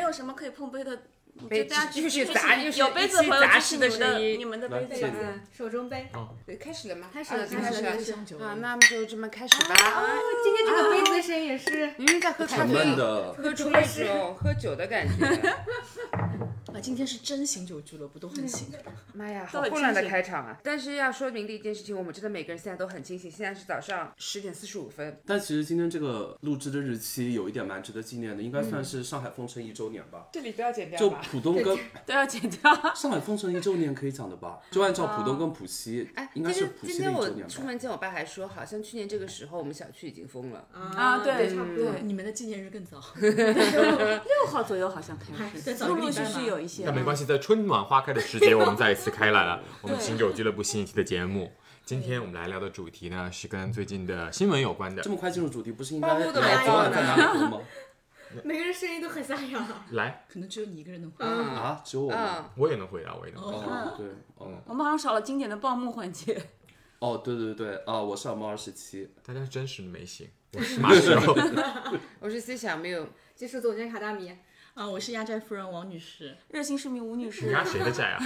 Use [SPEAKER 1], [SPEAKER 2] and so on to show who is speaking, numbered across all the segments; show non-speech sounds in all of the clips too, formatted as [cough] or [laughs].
[SPEAKER 1] 有什么可以碰杯的，你
[SPEAKER 2] 杯
[SPEAKER 1] 就大家
[SPEAKER 2] 继续
[SPEAKER 1] 一起
[SPEAKER 2] 砸就是
[SPEAKER 1] 有杯子
[SPEAKER 2] 一起
[SPEAKER 1] 的朋友
[SPEAKER 2] 砸
[SPEAKER 1] 就
[SPEAKER 2] 石
[SPEAKER 1] 是
[SPEAKER 2] 头
[SPEAKER 1] 你们的
[SPEAKER 2] 声音
[SPEAKER 1] 你们的
[SPEAKER 3] 来
[SPEAKER 1] 杯子
[SPEAKER 3] 谢
[SPEAKER 1] 吧
[SPEAKER 3] 谢。
[SPEAKER 2] 嗯，手中杯，
[SPEAKER 4] 哦
[SPEAKER 3] 对，开始了吗？
[SPEAKER 4] 开始了
[SPEAKER 3] 啊
[SPEAKER 4] 开
[SPEAKER 3] 开
[SPEAKER 4] 始
[SPEAKER 3] 始
[SPEAKER 4] 了
[SPEAKER 3] 了。
[SPEAKER 4] 开始了
[SPEAKER 2] 啊，那么就这么开始吧。啊，
[SPEAKER 4] 哎今天这个杯子的声音也是
[SPEAKER 2] 明明在喝咖
[SPEAKER 3] 沉
[SPEAKER 2] 啡，
[SPEAKER 3] 闷
[SPEAKER 5] 的
[SPEAKER 3] 喝出了一种喝酒的感
[SPEAKER 4] [laughs]
[SPEAKER 3] 觉。
[SPEAKER 4] 啊，今天是真醒酒俱乐部，都
[SPEAKER 1] 嗯
[SPEAKER 4] 很醒。
[SPEAKER 2] 妈呀，
[SPEAKER 1] 都
[SPEAKER 2] 好
[SPEAKER 1] 很
[SPEAKER 2] 混乱的
[SPEAKER 1] 清醒
[SPEAKER 2] 开场啊！
[SPEAKER 3] 但是要说明的一件事情，我们真的每个人现在都很清醒。现在是早上十点四十五分，
[SPEAKER 5] 但其实今天这个录制的日期有一点蛮值得纪念的，应该算
[SPEAKER 1] 嗯
[SPEAKER 5] 是上海封城一周年吧。
[SPEAKER 3] 这里不要剪
[SPEAKER 1] 啊
[SPEAKER 5] 就？浦东跟
[SPEAKER 1] 都要剪掉。
[SPEAKER 5] [laughs] 上海封城一周年可以讲的
[SPEAKER 1] [laughs]
[SPEAKER 5] 吧？就按照浦东跟浦西，
[SPEAKER 3] 哎，
[SPEAKER 5] 应该
[SPEAKER 3] 今
[SPEAKER 5] 是
[SPEAKER 3] 天
[SPEAKER 5] 浦
[SPEAKER 3] 今
[SPEAKER 5] 西的
[SPEAKER 3] 天
[SPEAKER 5] 一
[SPEAKER 3] 我
[SPEAKER 5] 周年
[SPEAKER 3] 出
[SPEAKER 5] 吧。
[SPEAKER 3] 门见我爸还说，好像去年这个时候我们小区已经封了。
[SPEAKER 1] 啊对
[SPEAKER 4] 差不多。你们的纪念日更
[SPEAKER 1] [laughs]
[SPEAKER 4] 早。
[SPEAKER 1] 六号左右好像开
[SPEAKER 4] 再
[SPEAKER 1] 始，
[SPEAKER 4] 早一
[SPEAKER 1] 陆
[SPEAKER 4] 个
[SPEAKER 1] 陆
[SPEAKER 4] 礼
[SPEAKER 1] 续
[SPEAKER 4] 拜嘛
[SPEAKER 1] 续有哎一些。
[SPEAKER 6] 那没
[SPEAKER 1] 嗯
[SPEAKER 6] 关系，在春暖花开的时节，我们再一次开
[SPEAKER 5] [laughs]
[SPEAKER 6] 来了我们醒酒俱乐部新一期的节目。今天我们来聊的主题呢，是跟最近的新闻有关的
[SPEAKER 5] 这。么快进入主题，不是应该
[SPEAKER 3] 报
[SPEAKER 5] 聊
[SPEAKER 3] 幕
[SPEAKER 5] 昨
[SPEAKER 3] 都没报
[SPEAKER 5] 晚在
[SPEAKER 3] 呢
[SPEAKER 5] 哪里喝
[SPEAKER 1] [laughs]
[SPEAKER 5] 吗？
[SPEAKER 4] [laughs] 每个人声音都很沙哑，
[SPEAKER 6] 来，
[SPEAKER 4] 可能只有你一个人能回。
[SPEAKER 3] 嗯
[SPEAKER 5] 啊，只有我吗？
[SPEAKER 3] 嗯，
[SPEAKER 6] 我也能回答，我也能回答。
[SPEAKER 5] 哦，对，哦，
[SPEAKER 1] 嗯我们好像少了经典的报幕环节。
[SPEAKER 5] 哦，对对对，啊，我是耳猫二十七，
[SPEAKER 6] 大家真是
[SPEAKER 5] [laughs]
[SPEAKER 6] 没醒，我是马修。
[SPEAKER 3] 我是 C 小缪，
[SPEAKER 4] 技术总监卡大米。啊，我是压寨夫人王女
[SPEAKER 1] [laughs]
[SPEAKER 4] 士。
[SPEAKER 1] 热心市民吴女
[SPEAKER 6] [laughs] 你
[SPEAKER 1] 士，
[SPEAKER 6] 压谁的
[SPEAKER 5] [laughs]
[SPEAKER 6] 债啊？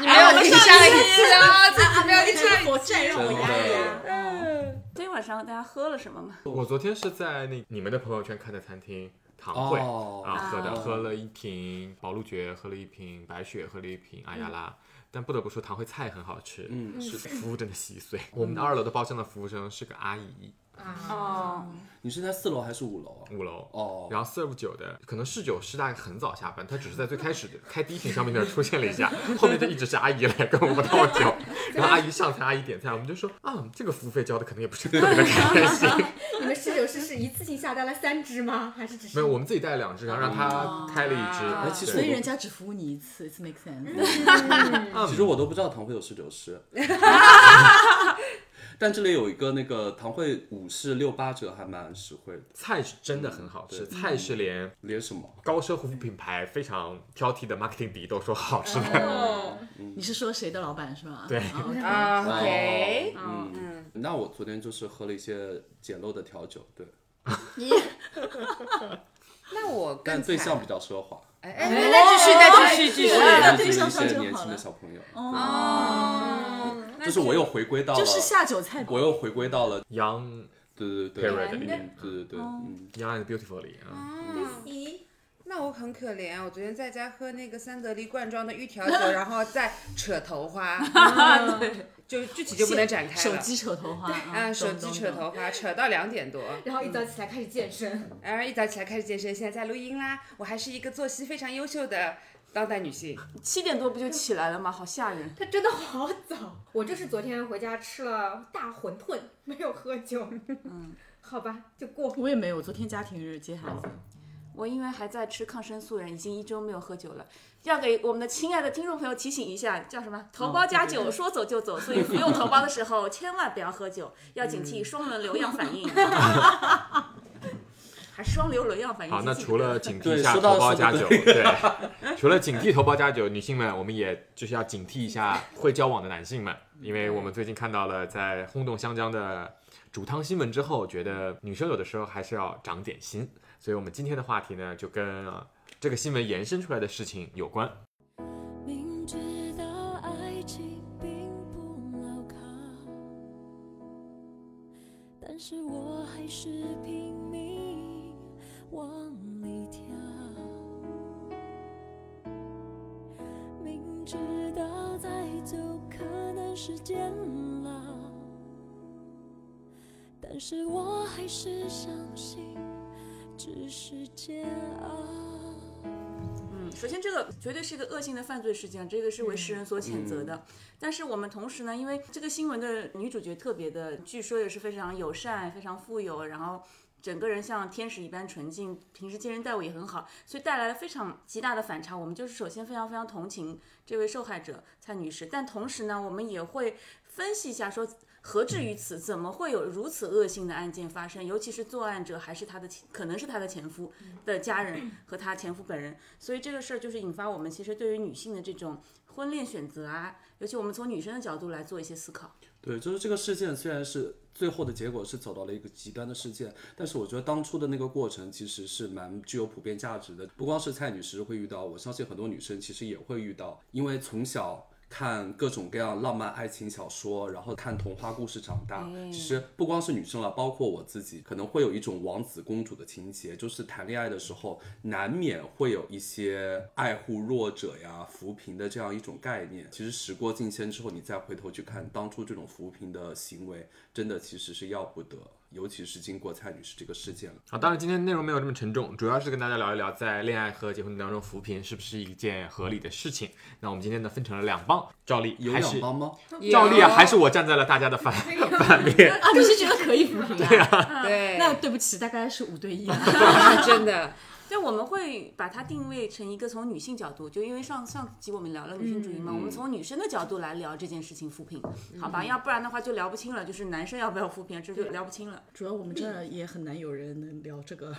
[SPEAKER 3] 你没有听哎上一期啊，自己没有听上一期。
[SPEAKER 4] 我再让我压一压。哦
[SPEAKER 1] 昨天晚上大家喝了什么吗？
[SPEAKER 6] 我昨天是在那你们的朋友圈看的餐厅堂会、
[SPEAKER 5] 哦
[SPEAKER 6] 啊喝的，
[SPEAKER 5] 哦
[SPEAKER 6] 喝了一瓶宝路爵，喝了一瓶白雪，喝了一瓶阿亚拉。但不得不说，堂会菜很好吃，
[SPEAKER 5] 嗯，是的，
[SPEAKER 6] 服务真的细碎。我们的二楼的包厢的服务生是个阿姨，
[SPEAKER 4] 啊
[SPEAKER 1] 哦，
[SPEAKER 5] 你是在四楼还是五
[SPEAKER 1] 嗯
[SPEAKER 5] 楼啊？
[SPEAKER 6] 五楼。
[SPEAKER 5] 哦，
[SPEAKER 6] 然后 serve 酒的可能侍酒师大概很早下班，他只是在最开始的开第一瓶上面那儿出现了一下，后面就一直是阿姨来跟我们倒酒，然后阿姨上菜，阿姨点菜，我们就说啊，这个服务费交的可能也不是特别的开心。 [laughs]
[SPEAKER 4] 你们侍酒师是一次性下单了三只吗？还是只是
[SPEAKER 6] 没有，我们自己带了两只，然后让他开了一只。
[SPEAKER 3] 哦
[SPEAKER 5] 哎，其实
[SPEAKER 6] 对
[SPEAKER 5] 我都
[SPEAKER 4] 家只服务你一次，it makes sense。
[SPEAKER 1] 嗯
[SPEAKER 6] 嗯
[SPEAKER 5] 其实我都不知道堂会有侍酒师，但这里有一个那个堂会五是六八折，还蛮实惠的。
[SPEAKER 6] 菜是真的很好吃，
[SPEAKER 5] 对
[SPEAKER 6] 菜是连
[SPEAKER 5] 连什么？
[SPEAKER 6] 高奢护肤品牌非常挑剔的 marketing 底都说好吃
[SPEAKER 5] 哦
[SPEAKER 6] 的。
[SPEAKER 7] 你是说谁的老板是吧？
[SPEAKER 6] 对
[SPEAKER 1] [laughs]
[SPEAKER 7] 哦
[SPEAKER 3] 啊，OK，
[SPEAKER 5] 哦嗯，那我昨天就是喝了一些简陋的调酒，对，
[SPEAKER 3] 那我更
[SPEAKER 5] 但对象
[SPEAKER 3] 惨。
[SPEAKER 5] 比较奢
[SPEAKER 7] [laughs]
[SPEAKER 5] 华。
[SPEAKER 3] 哎哎，那继续，再继续，继续。
[SPEAKER 7] 哎
[SPEAKER 5] 就
[SPEAKER 7] 对
[SPEAKER 5] 是
[SPEAKER 7] 象
[SPEAKER 5] 一
[SPEAKER 7] 上
[SPEAKER 5] 些
[SPEAKER 7] 就
[SPEAKER 5] 年
[SPEAKER 7] 好
[SPEAKER 5] 轻
[SPEAKER 7] 了
[SPEAKER 5] 的小朋友，
[SPEAKER 3] 哦，
[SPEAKER 5] 对就是我又回归到了
[SPEAKER 7] 就，是下酒菜吧。
[SPEAKER 5] 我又回归到了，
[SPEAKER 6] Young
[SPEAKER 5] 对对对
[SPEAKER 6] Period
[SPEAKER 5] 对，
[SPEAKER 6] 里
[SPEAKER 5] 嗯
[SPEAKER 6] 面
[SPEAKER 5] 对对对，
[SPEAKER 7] 哦
[SPEAKER 5] 嗯，
[SPEAKER 6] Young and Beautiful 里啊，
[SPEAKER 3] 那我很可怜，我昨天在家喝那个三得利罐装的玉调酒，然后再扯头 [laughs] 花，嗯就具体就不能展开
[SPEAKER 7] 手
[SPEAKER 3] 了。
[SPEAKER 7] 机扯头花
[SPEAKER 3] 啊，手机扯。
[SPEAKER 7] 懂懂懂
[SPEAKER 3] 头花，扯到两点多，
[SPEAKER 4] 然后一早起来开始健身，
[SPEAKER 3] 然后一早起来开始健身，现在在录音啦。我还是一个作息非常优秀的当代女性。
[SPEAKER 1] 七点多不就起来了吗？好吓人。
[SPEAKER 4] 他真的好早。我就是昨天回家吃了大馄饨，没有喝酒。嗯，好吧，就过。
[SPEAKER 7] 我也没有，昨天家庭日接孩
[SPEAKER 6] 哦
[SPEAKER 7] 子，
[SPEAKER 1] 我因为还在吃抗生素人，已经一周没有喝酒了。要给我们的亲爱的听众朋友提醒一下，叫什么？桃包加酒，说走就走。所以服用桃包的时候，千万不要喝酒，要警惕双轮流样反应。还双流轮样反应。
[SPEAKER 6] 好，那除了警惕
[SPEAKER 5] 对
[SPEAKER 6] 一下
[SPEAKER 5] 说到
[SPEAKER 6] 头孢加
[SPEAKER 5] 是
[SPEAKER 6] 酒，
[SPEAKER 5] [laughs]
[SPEAKER 6] 对，除了警惕头孢加酒，女性们，我们也就是要警惕一下会交往的男性们，因为我们最近看到了在轰动湘江的煮汤新闻之后，觉得女生有的时候还是要长点心，所以我们今天的话题呢，就跟、呃这个新闻延伸出来的事情有关。
[SPEAKER 8] 明知道爱情并不牢靠，但是我还是拼命往里跳。明知道再走可能是监牢，但是我还是相信只是煎熬。
[SPEAKER 1] 嗯，首先这个绝对是一个恶性的犯罪事件，这个是为世人所谴责的。但是我们同时呢，因为这个新闻的女主角特别的，据说也是非常友善、非常富有，然后。整个人像天使一般纯净，平时接人待我也很好，所以带来了非常极大的反差。我们就是首先非常非常同情这位受害者蔡女士，但同时呢，我们也会分析一下，说何至于此？怎么会有如此恶性的案件发生？尤其是作案者还是他的前可能是他的前夫的家人和他前夫本人。所以这个事儿就是引发我们其实对于女性的这种婚恋选择啊，尤其我们从女生的角度来做一些思考。
[SPEAKER 5] 对，就是这个事件虽然是最后的结果是走到了一个极端的事件，但是我觉得当初的那个过程其实是蛮具有普遍价值的。不光是蔡女士会遇到，我相信很多女生其实也会遇到，因为从小。看各种各样浪漫爱情小说，然后看童话故事长大。
[SPEAKER 1] 哎
[SPEAKER 5] 其实不光是女生了，包括我自己，可能会有一种王子公主的情节，就是谈恋爱的时候难免会有一些爱护弱者呀、扶贫的这样一种概念。其实时过境迁之后，你再回头去看当初这种扶贫的行为，真的其实是要不得，尤其是经过蔡女士这个事件了。
[SPEAKER 6] 啊，当然今天内容没有这么沉重，主要是跟大家聊一聊在恋爱和结婚当中扶贫是不是一件合理的事情。那我们今天呢分成了两帮，照例
[SPEAKER 5] 有
[SPEAKER 6] 还是
[SPEAKER 5] 两帮吗？
[SPEAKER 6] 照例啊，还是我站在了大家的
[SPEAKER 1] [laughs]
[SPEAKER 6] 反反
[SPEAKER 7] [laughs]
[SPEAKER 6] 面。
[SPEAKER 7] 啊，你是觉得可以扶贫啊？对 [laughs]
[SPEAKER 3] 对，
[SPEAKER 7] 那对不起，大概是五对一啊。
[SPEAKER 1] [laughs]
[SPEAKER 3] 真 [laughs] 的
[SPEAKER 1] 但我们会把它定位成一个从女性角度，就因为上上集我们聊了女性主义嘛，我们从女生的角度来聊这件事情扶贫，好吧？要不然的话就聊不清了，就是男生要不要扶贫，这就聊不清了。
[SPEAKER 7] 主要我们这儿也很难有人能聊这个。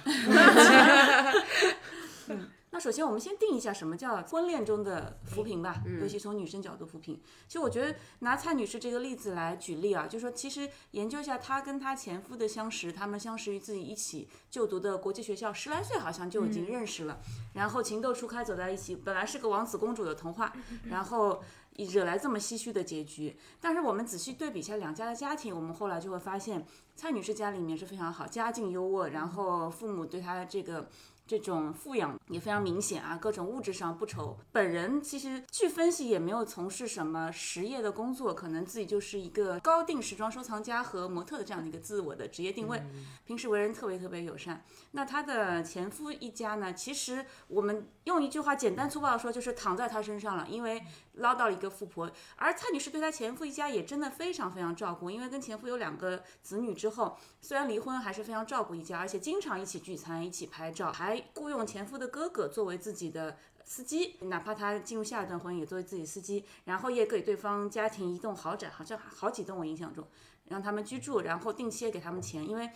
[SPEAKER 1] 那首先我们先定一下什么叫婚恋中的扶贫吧，尤其从女生角度扶贫。其实我觉得拿蔡女士这个例子来举例啊，就说其实研究一下她跟她前夫的相识，他们相识于自己一起就读的国际学校，十来岁好像就已经认识了，然后情窦初开走在一起，本来是个王子公主的童话，然后。惹来这么唏嘘的结局，但是我们仔细对比一下两家的家庭，我们后来就会发现，蔡女士家里面是非常好，家境优渥，然后父母对她的这个这种富养也非常明显啊，各种物质上不愁。本人其实据分析也没有从事什么实业的工作，可能自己就是一个高定时装收藏家和模特的这样的一个自我的职业定位。平时为人特别特别友善。那她的前夫一家呢，其实我们用一句话简单粗暴的说，就是躺在她身上了，因为捞到了一个富婆。而蔡女士对她前夫一家也真的非常非常照顾，因为跟前夫有两个子女之后，虽然离婚，还是非常照顾一家，而且经常一起聚餐、一起拍照，还雇佣前夫的哥哥作为自己的司机，哪怕他进入下一段婚姻，也作为自己司机，然后也给对方家庭一栋豪宅，好像好几栋，我印象中。让他们居住，然后定期也给他们钱，因为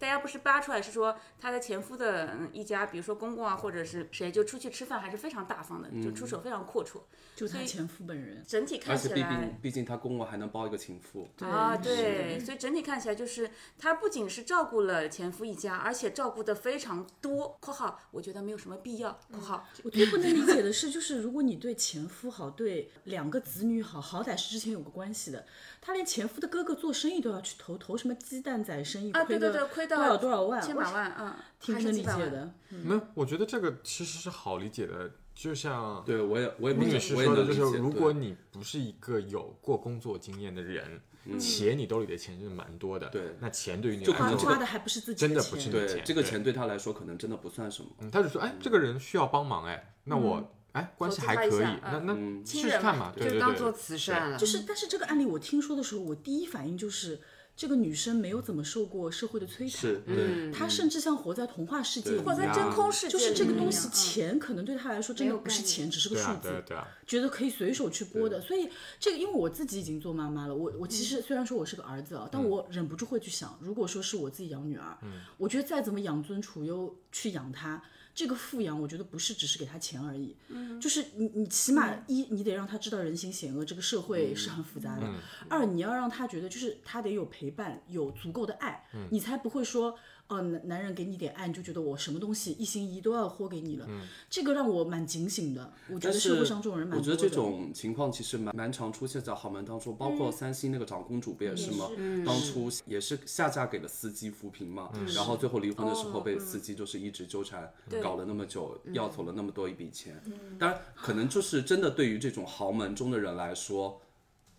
[SPEAKER 1] 大家不是扒出来是说她的前夫的嗯一家，比如说公公啊，或者是谁，就出去吃饭还是非常大方的，就出手非常阔绰。
[SPEAKER 7] 就他 [laughs] 前夫本人，
[SPEAKER 1] 整体看
[SPEAKER 5] 而且
[SPEAKER 1] 起
[SPEAKER 5] 毕
[SPEAKER 1] 来
[SPEAKER 5] 竟毕竟她公公还能包一个情妇，
[SPEAKER 1] 啊，对，所以整体看起来就是她不仅是照顾了前夫一家，而且照顾的非常多。（括号我觉得没有什么必要。）（括号
[SPEAKER 7] 我最不能理解的是，就是如果你对前夫好，对两个子女好，好歹是之前有个关系的，他连前夫的哥哥做生意都要去投投什么鸡蛋仔生意，
[SPEAKER 1] 啊，
[SPEAKER 7] 亏
[SPEAKER 1] 对对
[SPEAKER 7] 个
[SPEAKER 1] 对，亏到
[SPEAKER 7] 多少多少万，
[SPEAKER 1] 千
[SPEAKER 7] 我
[SPEAKER 1] 把
[SPEAKER 7] 是
[SPEAKER 1] 万，嗯，
[SPEAKER 7] 挺
[SPEAKER 1] 还
[SPEAKER 7] 不
[SPEAKER 1] 是
[SPEAKER 7] 能
[SPEAKER 1] 几
[SPEAKER 7] 理
[SPEAKER 1] 百
[SPEAKER 7] 解
[SPEAKER 1] 万。
[SPEAKER 7] 的。
[SPEAKER 6] 没有，我觉得这个其实是好理解的，就像
[SPEAKER 5] 对我也我也
[SPEAKER 6] 吴
[SPEAKER 5] 理
[SPEAKER 6] 女
[SPEAKER 5] 解，
[SPEAKER 6] 士
[SPEAKER 5] 我也
[SPEAKER 6] 说的，
[SPEAKER 5] 能
[SPEAKER 6] 就
[SPEAKER 5] 理解。
[SPEAKER 6] 是如
[SPEAKER 5] 对
[SPEAKER 6] 果你不是一个有过工作经验的人，且你兜里的钱是蛮多的，
[SPEAKER 5] 对
[SPEAKER 6] 那钱嗯对于你
[SPEAKER 5] 就
[SPEAKER 6] 来
[SPEAKER 5] 可能
[SPEAKER 7] 花
[SPEAKER 5] 这
[SPEAKER 6] 说
[SPEAKER 5] 个
[SPEAKER 7] 花的还不是自己
[SPEAKER 6] 真的不
[SPEAKER 7] 钱，
[SPEAKER 6] 是你的
[SPEAKER 5] 对
[SPEAKER 6] 钱，
[SPEAKER 5] 这个
[SPEAKER 6] 对
[SPEAKER 5] 钱对她来说可能真的不算什么。
[SPEAKER 6] 嗯，他就说，哎，这个人需要帮忙，哎，那我，哎，关系还可
[SPEAKER 1] 嗯投资
[SPEAKER 6] 以
[SPEAKER 1] 他一下，
[SPEAKER 6] 那
[SPEAKER 1] 嗯
[SPEAKER 6] 那
[SPEAKER 5] 嗯
[SPEAKER 6] 试
[SPEAKER 1] 亲
[SPEAKER 6] 试
[SPEAKER 1] 人
[SPEAKER 6] 看
[SPEAKER 1] 嘛
[SPEAKER 6] 嘛，对
[SPEAKER 3] 就
[SPEAKER 6] 对
[SPEAKER 3] 当做
[SPEAKER 6] 对，
[SPEAKER 3] 慈善了，
[SPEAKER 7] 就是，但是这个案例我听说的时候，我第一反应就是这个女生没有怎么受过社会的摧
[SPEAKER 5] 是
[SPEAKER 7] 残，，
[SPEAKER 5] 对，
[SPEAKER 3] 嗯
[SPEAKER 7] 她甚至像活在童话世界
[SPEAKER 5] 对
[SPEAKER 7] 一
[SPEAKER 1] 嗯活在
[SPEAKER 7] 样。
[SPEAKER 1] 真空世界
[SPEAKER 7] 就是这
[SPEAKER 1] 里面一样，
[SPEAKER 7] 个东西，
[SPEAKER 1] 嗯
[SPEAKER 7] 钱可能对她来说真的不是钱，只是个
[SPEAKER 6] 对
[SPEAKER 7] 数
[SPEAKER 6] 啊，对啊
[SPEAKER 7] 字，
[SPEAKER 6] 对啊，
[SPEAKER 7] 觉得可以随手去拨的。所以这个，因为我自己已经做妈妈了，我我
[SPEAKER 1] 嗯
[SPEAKER 7] 其实虽然说我是个儿子啊，
[SPEAKER 6] 嗯
[SPEAKER 7] 但我忍不住会去想，如果说是我自己养女儿，我觉得再怎么养尊处优去养她。这个富养，我觉得不是只是给她钱而已，就是你你起码一你得让她知道人心险恶，这个社会是很复杂
[SPEAKER 5] 嗯
[SPEAKER 7] 的。二你要让她觉得就是她得有陪伴，有足够的爱，
[SPEAKER 5] 嗯
[SPEAKER 7] 你才不会说哦、男男人给你点爱你就觉得我什么东西一心一意都要豁给你了。这个让我蛮警醒的，我觉
[SPEAKER 5] 嗯
[SPEAKER 7] 得
[SPEAKER 5] 但是
[SPEAKER 7] 社会上这种人蛮
[SPEAKER 5] 我
[SPEAKER 7] 多
[SPEAKER 5] 觉
[SPEAKER 7] 的。
[SPEAKER 5] 得这种情况其实蛮蛮常出现在豪门当中，包括三星那个长公主不也是吗？
[SPEAKER 4] 嗯
[SPEAKER 5] 当初也是下嫁给了司机扶贫嘛，
[SPEAKER 7] 嗯
[SPEAKER 5] 然后最后离婚的时候被司机就是一直纠缠，搞了那么久，要走了那么多一笔钱。当然，可能就是真的对于这种豪门中的人来说，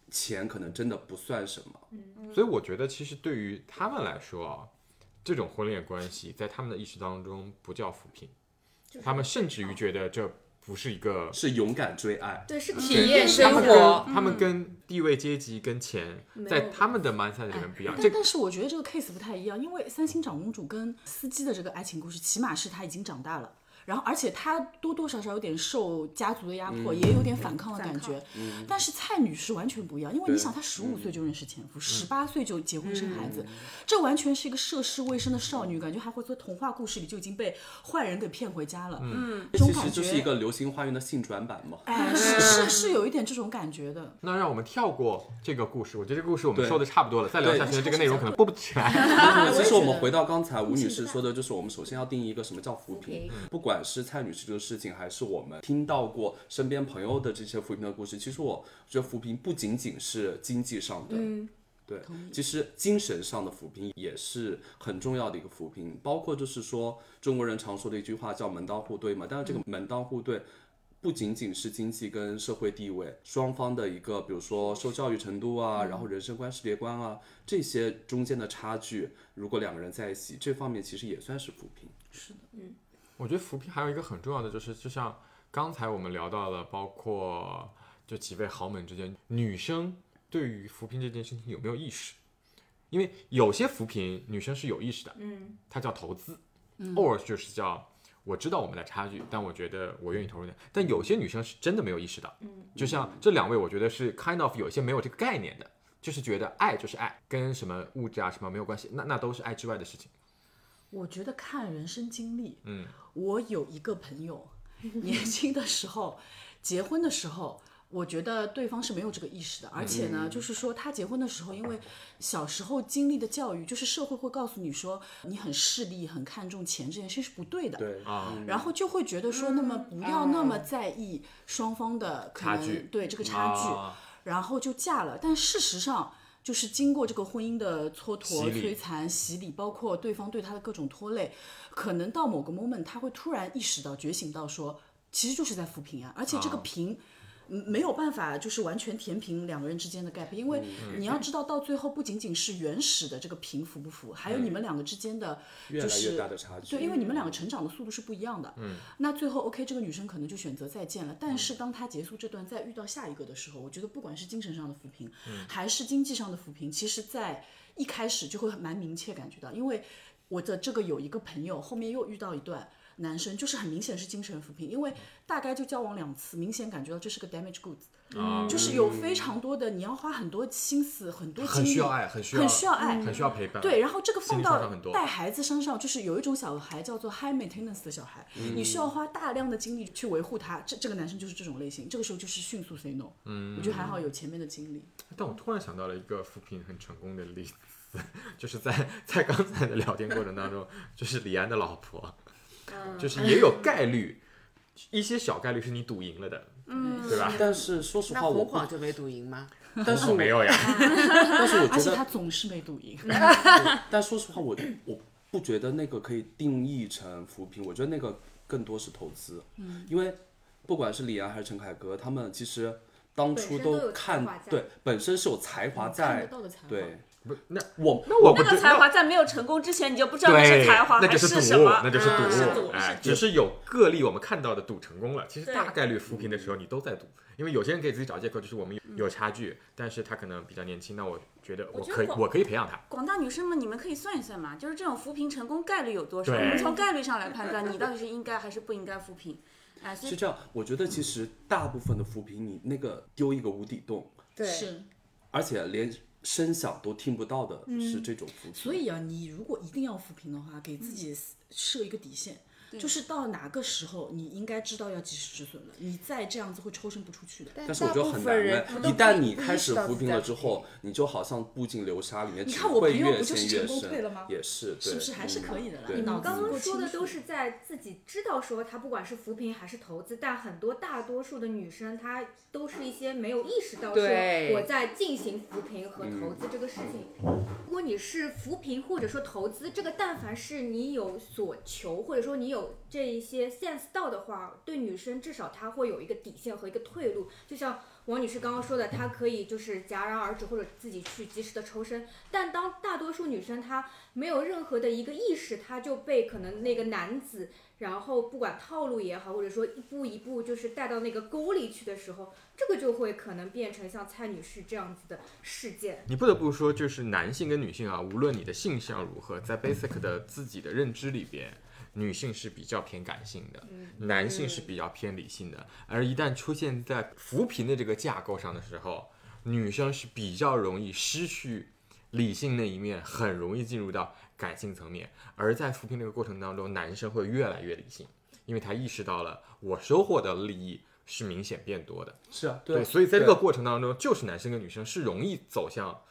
[SPEAKER 5] 钱可能真的不算什么。
[SPEAKER 6] 所以我觉得其实对于他们来说啊，这种婚恋关系在他们的意识当中不叫扶贫，他们甚至于觉得这不是一个
[SPEAKER 5] 是勇敢追爱，
[SPEAKER 4] 对，嗯是个
[SPEAKER 3] 体验生
[SPEAKER 6] 他们
[SPEAKER 3] 活。
[SPEAKER 6] 跟他们跟地位、阶级、跟钱，在他们的 mindset 里面不一样。这
[SPEAKER 7] 但但是我觉得这个 case 不太一样，因为三星长公主跟司机的这个爱情故事，起码是她已经长大了，然后而且她多多少少有点受家族的压迫，
[SPEAKER 5] 嗯
[SPEAKER 7] 也有点嗯反抗的感觉。但是蔡女士完全不一样，因为你想，她十五
[SPEAKER 5] 嗯
[SPEAKER 7] 岁就认识前夫，十八岁就结婚生孩子，这完全是一个涉世未深的少女，感觉还会做童话故事里就已经被坏人给骗回家了。嗯，这种
[SPEAKER 5] 其
[SPEAKER 7] 感
[SPEAKER 5] 实
[SPEAKER 7] 觉
[SPEAKER 5] 就是一个流星花园的性转版嘛。
[SPEAKER 7] 哎，是是是有一点这种感觉的。
[SPEAKER 6] 那让我们跳过这个故事，我觉得这个故事我们
[SPEAKER 5] 对
[SPEAKER 6] 说的差不多了，再聊
[SPEAKER 5] 对
[SPEAKER 6] 下去呢这个内容可能播不起来。
[SPEAKER 5] 那其实我
[SPEAKER 7] 觉
[SPEAKER 5] 们
[SPEAKER 7] 得
[SPEAKER 5] 回到刚才吴女士说的，就是我们首先要定义一个什么叫扶贫。不管是蔡女士这个事情，还是我们听到过身边朋友的这些扶贫的故事，其实我觉得扶贫不仅仅是经济上的。对，其实精神上的扶贫也是很重要的一个扶贫，包括就是说中国人常说的一句话叫门当户对嘛，但是这个门当户对不仅仅是经济跟社会地位双方的一个，比如说受教育程度啊，然后人生观、世界观啊这些中间的差距，如果两个人在一起，这方面其实也算是扶贫。
[SPEAKER 6] 我觉得扶贫还有一个很重要的就是，就像刚才我们聊到了，包括就几位豪门之间，女生对于扶贫这件事情有没有意识？因为有些扶贫女生是有意识的，
[SPEAKER 4] 嗯，
[SPEAKER 6] 它叫投资，偶尔就是叫我知道我们的差距，但我觉得我愿意投入点。但有些女生是真的没有意识到，嗯，就像这两位，我觉得是 kind of 有一些没有这个概念的，就是觉得爱就是爱，跟什么物质啊什么没有关系，那那都是爱之外的事情。
[SPEAKER 7] 我觉得看人生经历，
[SPEAKER 6] 嗯，
[SPEAKER 7] 我有一个朋
[SPEAKER 6] [laughs]
[SPEAKER 7] 友，年轻的时候，结婚的时候。我觉得对方是没有这个意识的，而且呢，
[SPEAKER 6] 嗯
[SPEAKER 7] 就是说他结婚的时候，因为小时候经历的教育，就是社会会告诉你说，你很势利、很看重钱这件事是不对的。
[SPEAKER 5] 对
[SPEAKER 6] 啊，
[SPEAKER 7] 然后就会觉得说，那么不要那么在意双方的可
[SPEAKER 6] 差
[SPEAKER 7] 能
[SPEAKER 6] 距
[SPEAKER 7] 对这个差距，
[SPEAKER 6] 啊
[SPEAKER 7] 然后就嫁了。但事实上，就是经过这个婚姻的蹉
[SPEAKER 6] 洗
[SPEAKER 7] 跎、
[SPEAKER 6] 礼
[SPEAKER 7] 摧残、洗礼，包括对方对他的各种拖累，可能到某个 moment，他会突然意识到、觉醒到说，其实就是在扶贫啊，而且这个
[SPEAKER 6] 啊
[SPEAKER 7] 贫。嗯没有办法，就是完全填平两个人之间的 gap，因为
[SPEAKER 5] 嗯
[SPEAKER 7] 你要知道，到最后不仅仅是原始的这个贫扶不扶，还有你们两个之间的，
[SPEAKER 5] 嗯越
[SPEAKER 7] 就
[SPEAKER 5] 来越
[SPEAKER 7] 是
[SPEAKER 5] 大的差距。嗯
[SPEAKER 7] 对，因为你们两个成长的速度是不一样的。嗯，那最后 OK，这个女生可能就选择再见了。但
[SPEAKER 5] 嗯
[SPEAKER 7] 是当她结束这段，再遇到下一个的时候，我觉得不管是精神上的扶贫，
[SPEAKER 5] 嗯
[SPEAKER 7] 还是经济上的扶贫，其实在一开始就会蛮明确感觉到，因为我的这个有一个朋友，后面又遇到一段。男生就是很明显是精神扶贫，因为大概就交往两次，明显感觉到这是个 damage goods，、
[SPEAKER 6] 啊
[SPEAKER 7] 就是有非常多的你要花很多心思、很多精力，
[SPEAKER 6] 很需要爱，很需要，嗯
[SPEAKER 7] 很需要爱
[SPEAKER 6] 很需要陪伴。
[SPEAKER 7] 对，然后这个
[SPEAKER 6] 心
[SPEAKER 7] 放
[SPEAKER 6] 理创
[SPEAKER 7] 到
[SPEAKER 6] 伤很多
[SPEAKER 7] 带孩子身上，就是有一种小孩叫做 high maintenance 的小孩，你需要
[SPEAKER 6] 嗯
[SPEAKER 7] 花大量的精力去维护他。这这个男生就是这种类型，这个时候就是迅速 say no。嗯，我觉得还好有前面的经历。
[SPEAKER 6] 但我突然想到了一个扶贫很成功的例子，就是在在刚才的聊天过程当中，就是李安的老婆，
[SPEAKER 1] 嗯
[SPEAKER 6] 就是也有概率，一些小概率是你赌赢了的，
[SPEAKER 7] 嗯，
[SPEAKER 6] 对吧？
[SPEAKER 5] 但是说实
[SPEAKER 3] 那
[SPEAKER 5] 话，我
[SPEAKER 3] 红
[SPEAKER 5] 不
[SPEAKER 3] 广，就没赌赢吗？
[SPEAKER 5] 但是我
[SPEAKER 6] 没，有呀， [laughs]
[SPEAKER 5] 但是我
[SPEAKER 7] 而
[SPEAKER 5] 觉
[SPEAKER 7] 且
[SPEAKER 5] 得
[SPEAKER 7] 他总是没赌赢。
[SPEAKER 5] 但说实话，我我不觉得那个可以定义成扶贫，我觉得那个更多是投资。嗯，因为不管是李安还是陈凯歌，他们其实当初
[SPEAKER 4] 本身都有才
[SPEAKER 5] 看
[SPEAKER 4] 华在
[SPEAKER 5] 对本身是有才华
[SPEAKER 7] 看得
[SPEAKER 5] 在，
[SPEAKER 7] 到的才华
[SPEAKER 5] 对
[SPEAKER 6] 不是那
[SPEAKER 5] 我
[SPEAKER 6] 那我不
[SPEAKER 1] 那个
[SPEAKER 6] 知
[SPEAKER 1] 才
[SPEAKER 6] 道。
[SPEAKER 1] 华在没有成功之前，你就不知道那
[SPEAKER 6] 对
[SPEAKER 1] 是才华
[SPEAKER 6] 那
[SPEAKER 1] 还
[SPEAKER 6] 就是
[SPEAKER 1] 什
[SPEAKER 6] 赌，
[SPEAKER 1] 么，
[SPEAKER 6] 那就是
[SPEAKER 1] 嗯是
[SPEAKER 6] 赌，
[SPEAKER 1] 赌
[SPEAKER 6] 哎
[SPEAKER 1] 是，赌
[SPEAKER 6] 只是有个例我们看到的赌成功了。其实
[SPEAKER 1] 对
[SPEAKER 6] 大概率扶贫的时候你都在赌，因为有些人给自己找借口，就是我们有差距，但是他可能比较年轻，那我觉得我
[SPEAKER 1] 觉得
[SPEAKER 6] 可以，
[SPEAKER 1] 嗯我
[SPEAKER 6] 我可以培养他。
[SPEAKER 1] 广大女生们，你们可以算一算嘛，就是这种扶贫成功概率有多少？我
[SPEAKER 6] 对
[SPEAKER 1] 们从概率上来判断，你到底是应该还是不应该扶贫。哎，所
[SPEAKER 5] 是
[SPEAKER 1] 以
[SPEAKER 5] 这样，我觉得其实大部分的扶贫，你那个丢一个无底洞，
[SPEAKER 3] 对，
[SPEAKER 7] [laughs] 是，
[SPEAKER 5] 而且连声响都听不到的是这种扶贫。
[SPEAKER 7] 所以啊，你如果一定要扶贫的话，给自己设一个底线。就是到哪个时候，你应该知道要及时止损了。你再这样子会抽身不出去的。
[SPEAKER 5] 但是我觉得很难
[SPEAKER 3] 人
[SPEAKER 5] 哎
[SPEAKER 3] 他，
[SPEAKER 5] 一
[SPEAKER 3] 都
[SPEAKER 5] 旦
[SPEAKER 3] 不
[SPEAKER 5] 你
[SPEAKER 3] 不意
[SPEAKER 5] 开
[SPEAKER 3] 识
[SPEAKER 5] 始
[SPEAKER 3] 到
[SPEAKER 5] 扶
[SPEAKER 3] 自
[SPEAKER 5] 贫
[SPEAKER 3] 己
[SPEAKER 5] 了
[SPEAKER 3] 在
[SPEAKER 5] 之
[SPEAKER 3] 扶贫
[SPEAKER 5] 后，你就好像步进流沙里面，
[SPEAKER 7] 你
[SPEAKER 5] 只
[SPEAKER 7] 看我
[SPEAKER 5] 会
[SPEAKER 7] 朋友
[SPEAKER 5] 越
[SPEAKER 7] 不就是
[SPEAKER 5] 陷
[SPEAKER 7] 成
[SPEAKER 5] 越
[SPEAKER 7] 功退了
[SPEAKER 5] 深
[SPEAKER 7] 吗。
[SPEAKER 5] 也是，
[SPEAKER 7] 是
[SPEAKER 5] 对嗯
[SPEAKER 7] 不是还是可以的啦
[SPEAKER 5] 对
[SPEAKER 7] 你脑
[SPEAKER 4] 你
[SPEAKER 7] 子
[SPEAKER 4] 刚
[SPEAKER 7] 不
[SPEAKER 4] 刚
[SPEAKER 7] 够
[SPEAKER 4] 说的
[SPEAKER 7] 清
[SPEAKER 4] 都
[SPEAKER 7] 楚
[SPEAKER 4] 是在自己知道说她不管是扶贫还是投资，但很多大多数的女生她都是一些没有意识到说
[SPEAKER 3] 对
[SPEAKER 4] 我在进行扶贫和投资这个事情。如果你是扶贫或者说投资，这个但凡是你有所求或者说你有这一些 sense 到的话，对女生至少她会有一个底线和一个退路。就像王女士刚刚说的，她可以就是戛然而止或者自己去及时的抽身，但当大多数女生她没有任何的一个意识，她就被可能那个男子，然后不管套路也好，或者说一步一步就是带到那个沟里去的时候，这个就会可能变成像蔡女士这样子的事件。
[SPEAKER 6] 你不得不说，就是男性跟女性啊，无论你的性向如何，在 basic 的自己的认知里边，女性是比较偏感性的，男性是比较偏理性的。而一旦出现在扶贫的这个架构上的时候，女生是比较容易失去理性那一面，很容易进入到感性层面。而在扶贫这个过程当中，男生会越来越理性，因为他意识到了我收获的利益是明显变多的。
[SPEAKER 5] 是啊，
[SPEAKER 6] 对，
[SPEAKER 5] 啊
[SPEAKER 6] 所以在这个
[SPEAKER 5] 对啊
[SPEAKER 6] 过程当中，就是男生跟女生是容易走向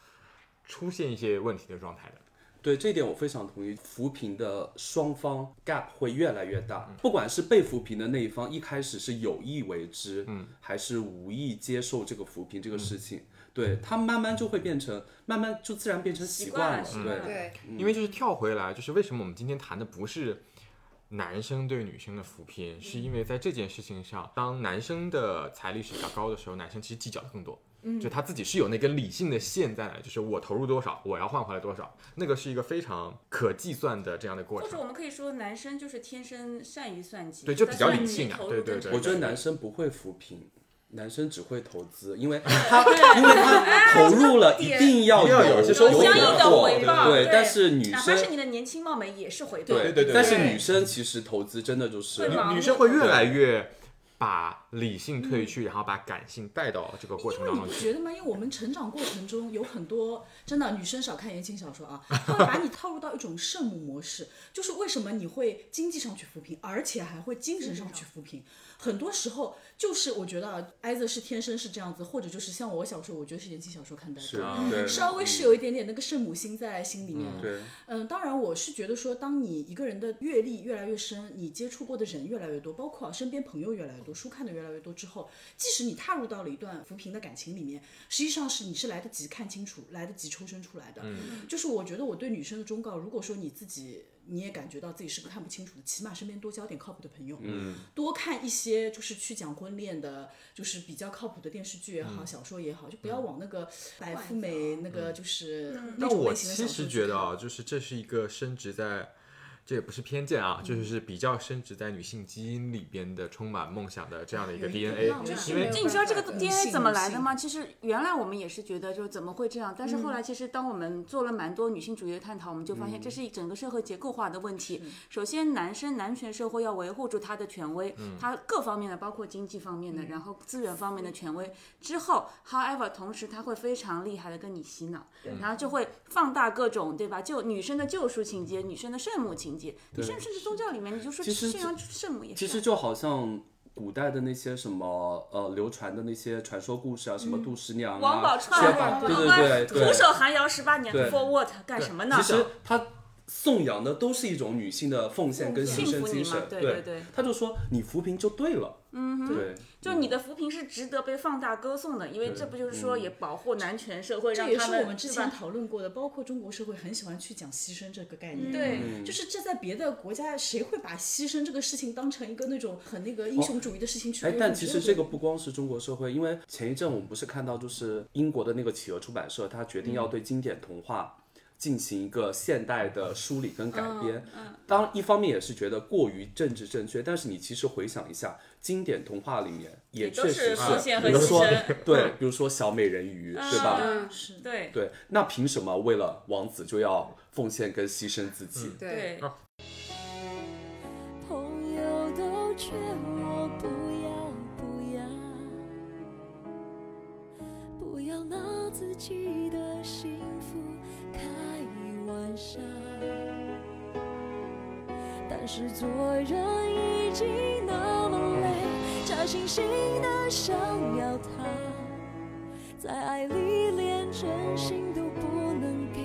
[SPEAKER 6] 出现一些问题的状态的。
[SPEAKER 5] 对这一点我非常同意，扶贫的双方 gap 会越来越
[SPEAKER 6] 嗯
[SPEAKER 5] 大，不管是被扶贫的那一方一开始是有意为之，嗯，还是无意接受这个扶贫这
[SPEAKER 6] 嗯
[SPEAKER 5] 个事情，对他慢慢就会变成，慢慢就自然变成习惯了，
[SPEAKER 1] 习惯了
[SPEAKER 5] 对
[SPEAKER 1] 嗯
[SPEAKER 3] 对，
[SPEAKER 6] 因为就是跳回来，就是为什么我们今天谈的不是男生对女生的扶贫，是因为在这件事情上，当男生的财力是比较高的时候，男生其实计较的更多。就他自己是有那根理性的线在那里，就是我投入多少，我要换回来多少，那个是一个非常可计算的这样的过
[SPEAKER 1] 或者
[SPEAKER 6] 程。
[SPEAKER 1] 我们可以说，男生就是天生善于算计，
[SPEAKER 6] 对就比较
[SPEAKER 1] 他算
[SPEAKER 6] 理
[SPEAKER 1] 计
[SPEAKER 6] 性啊
[SPEAKER 1] 投入
[SPEAKER 6] 对对
[SPEAKER 1] 跟
[SPEAKER 6] 对
[SPEAKER 5] 我
[SPEAKER 1] 成
[SPEAKER 5] 觉得
[SPEAKER 1] 本
[SPEAKER 5] 男生不会扶贫。男生只会投资，因为
[SPEAKER 1] [laughs]
[SPEAKER 5] 他
[SPEAKER 1] 啊
[SPEAKER 5] 因为他投入了，一定要
[SPEAKER 6] 一定要有
[SPEAKER 5] 有
[SPEAKER 6] 些收获
[SPEAKER 5] 有
[SPEAKER 6] 相
[SPEAKER 5] 结
[SPEAKER 6] 应的
[SPEAKER 5] 果
[SPEAKER 6] 回报
[SPEAKER 5] 对，
[SPEAKER 1] 对
[SPEAKER 5] 但是女
[SPEAKER 1] 哪怕
[SPEAKER 5] 生
[SPEAKER 1] 是你的年轻貌美也是回报。
[SPEAKER 5] 对
[SPEAKER 6] 对对对
[SPEAKER 5] 但是女生其实投资真的就是
[SPEAKER 1] 会忙
[SPEAKER 6] 女生会越来越把理性退去，然后把感性带到这个过程
[SPEAKER 7] 因为
[SPEAKER 6] 当
[SPEAKER 7] 你不
[SPEAKER 6] 中去。
[SPEAKER 7] 觉得吗？因为我们成长过程中有很多真的女生少看言情小说啊，她会把你套入到一种圣母模式，就是为什么你会经济上去扶贫，而且还会精神上去扶贫。很多时候就是我觉得啊，either 是天生是这样子，或者就是像我小时候，我觉得是言情小说看待的，
[SPEAKER 5] 是啊
[SPEAKER 1] 嗯
[SPEAKER 5] 对
[SPEAKER 7] 稍微是有一点点那个圣母心在心里面。
[SPEAKER 5] 对
[SPEAKER 7] 嗯，当然，我是觉得说，当你一个人的阅历越来越深，你接触过的人越来越多，包括啊身边朋友越来越多，书看的越来越多之后，即使你踏入到了一段扶贫的感情里面，实际上是你是来得及看清楚，来得及抽身出来的。嗯、就是我觉得我对女生的忠告，如果说你自己你也感觉到自己是个看不清楚的，起码身边多交点靠谱的朋友，嗯，多看一些就是去讲婚恋的，就是比较靠谱的电视剧也好，小说也好，就不要往那个白富美那
[SPEAKER 5] 嗯
[SPEAKER 7] 个就是那
[SPEAKER 1] 嗯
[SPEAKER 6] 但
[SPEAKER 7] 种
[SPEAKER 6] 我
[SPEAKER 7] 类型的小
[SPEAKER 6] 其
[SPEAKER 7] 说
[SPEAKER 6] 实
[SPEAKER 7] 去
[SPEAKER 6] 觉得
[SPEAKER 7] 看
[SPEAKER 6] 啊，就是这是一个升值在，这也不是偏见啊，
[SPEAKER 7] 嗯
[SPEAKER 6] 就是比较升值在女性基因里边的充满梦想的这样的一个
[SPEAKER 7] 有一点
[SPEAKER 6] DNA，
[SPEAKER 7] 浪漫
[SPEAKER 6] 因为
[SPEAKER 1] 就你知道这个
[SPEAKER 7] 嗯
[SPEAKER 1] DNA
[SPEAKER 7] 信
[SPEAKER 1] 怎么
[SPEAKER 7] 任
[SPEAKER 1] 来的
[SPEAKER 7] 性
[SPEAKER 1] 吗？其实原来我们也是觉得，就是怎么会这样？但是
[SPEAKER 5] 嗯
[SPEAKER 1] 后来，其实当我们做了蛮多女性主义的探讨，我们就发现这是一整个社会结构化的问题。首先，男生男权社会要维护住他的权威，
[SPEAKER 5] 嗯
[SPEAKER 1] 他各方面的，包括经济方面的，然后资源方面的权威。之后，however，同时他会非常厉害的跟你洗脑，然后就会放大各种，对吧？就女生的救赎情节，女生的圣母情节，你甚甚至宗教里面，你就说
[SPEAKER 5] 其实
[SPEAKER 1] 宣扬圣母也是啊。
[SPEAKER 5] 其实就好像古代的那些什么呃流传的那些传说故事啊，什么杜十娘啊，
[SPEAKER 1] 嗯王宝钏
[SPEAKER 5] 薛宝，对对对对，
[SPEAKER 1] 徒手寒窑十八年
[SPEAKER 5] 对
[SPEAKER 1] ，forward 干什么呢？
[SPEAKER 5] 其实他颂扬的都是一种女性的奉献跟牺牲精
[SPEAKER 1] 幸福你
[SPEAKER 5] 神
[SPEAKER 1] 嘛，对对对
[SPEAKER 5] 他就说你扶贫就对了，嗯，对，
[SPEAKER 1] 就你的扶贫是值得被放大歌颂的，因为这不
[SPEAKER 5] 嗯
[SPEAKER 1] 就是说也保护男权社会，
[SPEAKER 7] 这
[SPEAKER 1] 让
[SPEAKER 7] 也
[SPEAKER 1] 他
[SPEAKER 7] 是我们之
[SPEAKER 1] 对
[SPEAKER 7] 前
[SPEAKER 1] 吧
[SPEAKER 7] 讨论过的，包括中国社会很喜欢去讲牺牲这个概念。
[SPEAKER 1] 对
[SPEAKER 5] 嗯
[SPEAKER 7] 就是这在别的国家，谁会把牺牲这个事情当成一个那种很那个英雄主义的事情去？
[SPEAKER 5] 哦哎，但其实这个不光是中国社会，因为前一阵我们不是看到，就是英国的那个企鹅出版社，它决定
[SPEAKER 1] 嗯
[SPEAKER 5] 要对经典童话进行一个现代的梳理跟改编。
[SPEAKER 1] 嗯
[SPEAKER 5] 当然，一方面也是觉得过于政治正确，但是你其实回想一下，经典童话里面也
[SPEAKER 1] 都
[SPEAKER 5] 确实
[SPEAKER 1] 是奉献
[SPEAKER 5] 比如
[SPEAKER 1] 和牺
[SPEAKER 5] 说
[SPEAKER 1] 牲，
[SPEAKER 5] 对，比如说小美人鱼，对吧？
[SPEAKER 1] 嗯
[SPEAKER 7] 是
[SPEAKER 1] 对
[SPEAKER 5] 对，那凭什么为了王子就要奉献跟牺牲自己？
[SPEAKER 3] 对，
[SPEAKER 1] 对
[SPEAKER 8] 朋友都劝我不要不要，不要拿自己的幸福开玩笑。但是做人已经那么累，假惺惺的想要他，在爱里连真心都不能给，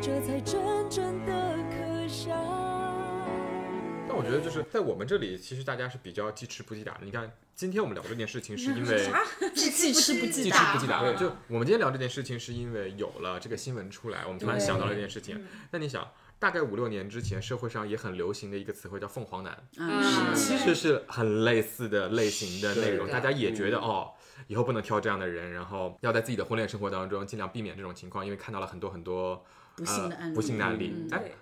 [SPEAKER 8] 这才真正的可笑。
[SPEAKER 6] 但我觉得就是在我们这里，其实大家是比较记吃不记打的。你看，今天我们聊这件事情，是因为
[SPEAKER 7] 既既吃不
[SPEAKER 6] 记
[SPEAKER 7] 记
[SPEAKER 6] 吃不记打。
[SPEAKER 5] 对
[SPEAKER 6] 就我们今天聊这件事情，是因为有了这个新闻出来，我们突然想到了这件事
[SPEAKER 7] 嗯
[SPEAKER 6] 情。那你想，大概五六年之前，社会上也很流行的一个词汇叫“凤凰男”，
[SPEAKER 3] 嗯
[SPEAKER 6] 其实是很类似的类型的内容，
[SPEAKER 5] 是
[SPEAKER 6] 大家也觉得
[SPEAKER 5] 嗯
[SPEAKER 6] 哦。以后不能挑这样的人，然后要在自己的婚恋生活当中尽量避免这种情况，因为看到了很多很多
[SPEAKER 5] 啊
[SPEAKER 7] 不幸的案例，
[SPEAKER 6] 不幸的案例。哎、
[SPEAKER 1] 对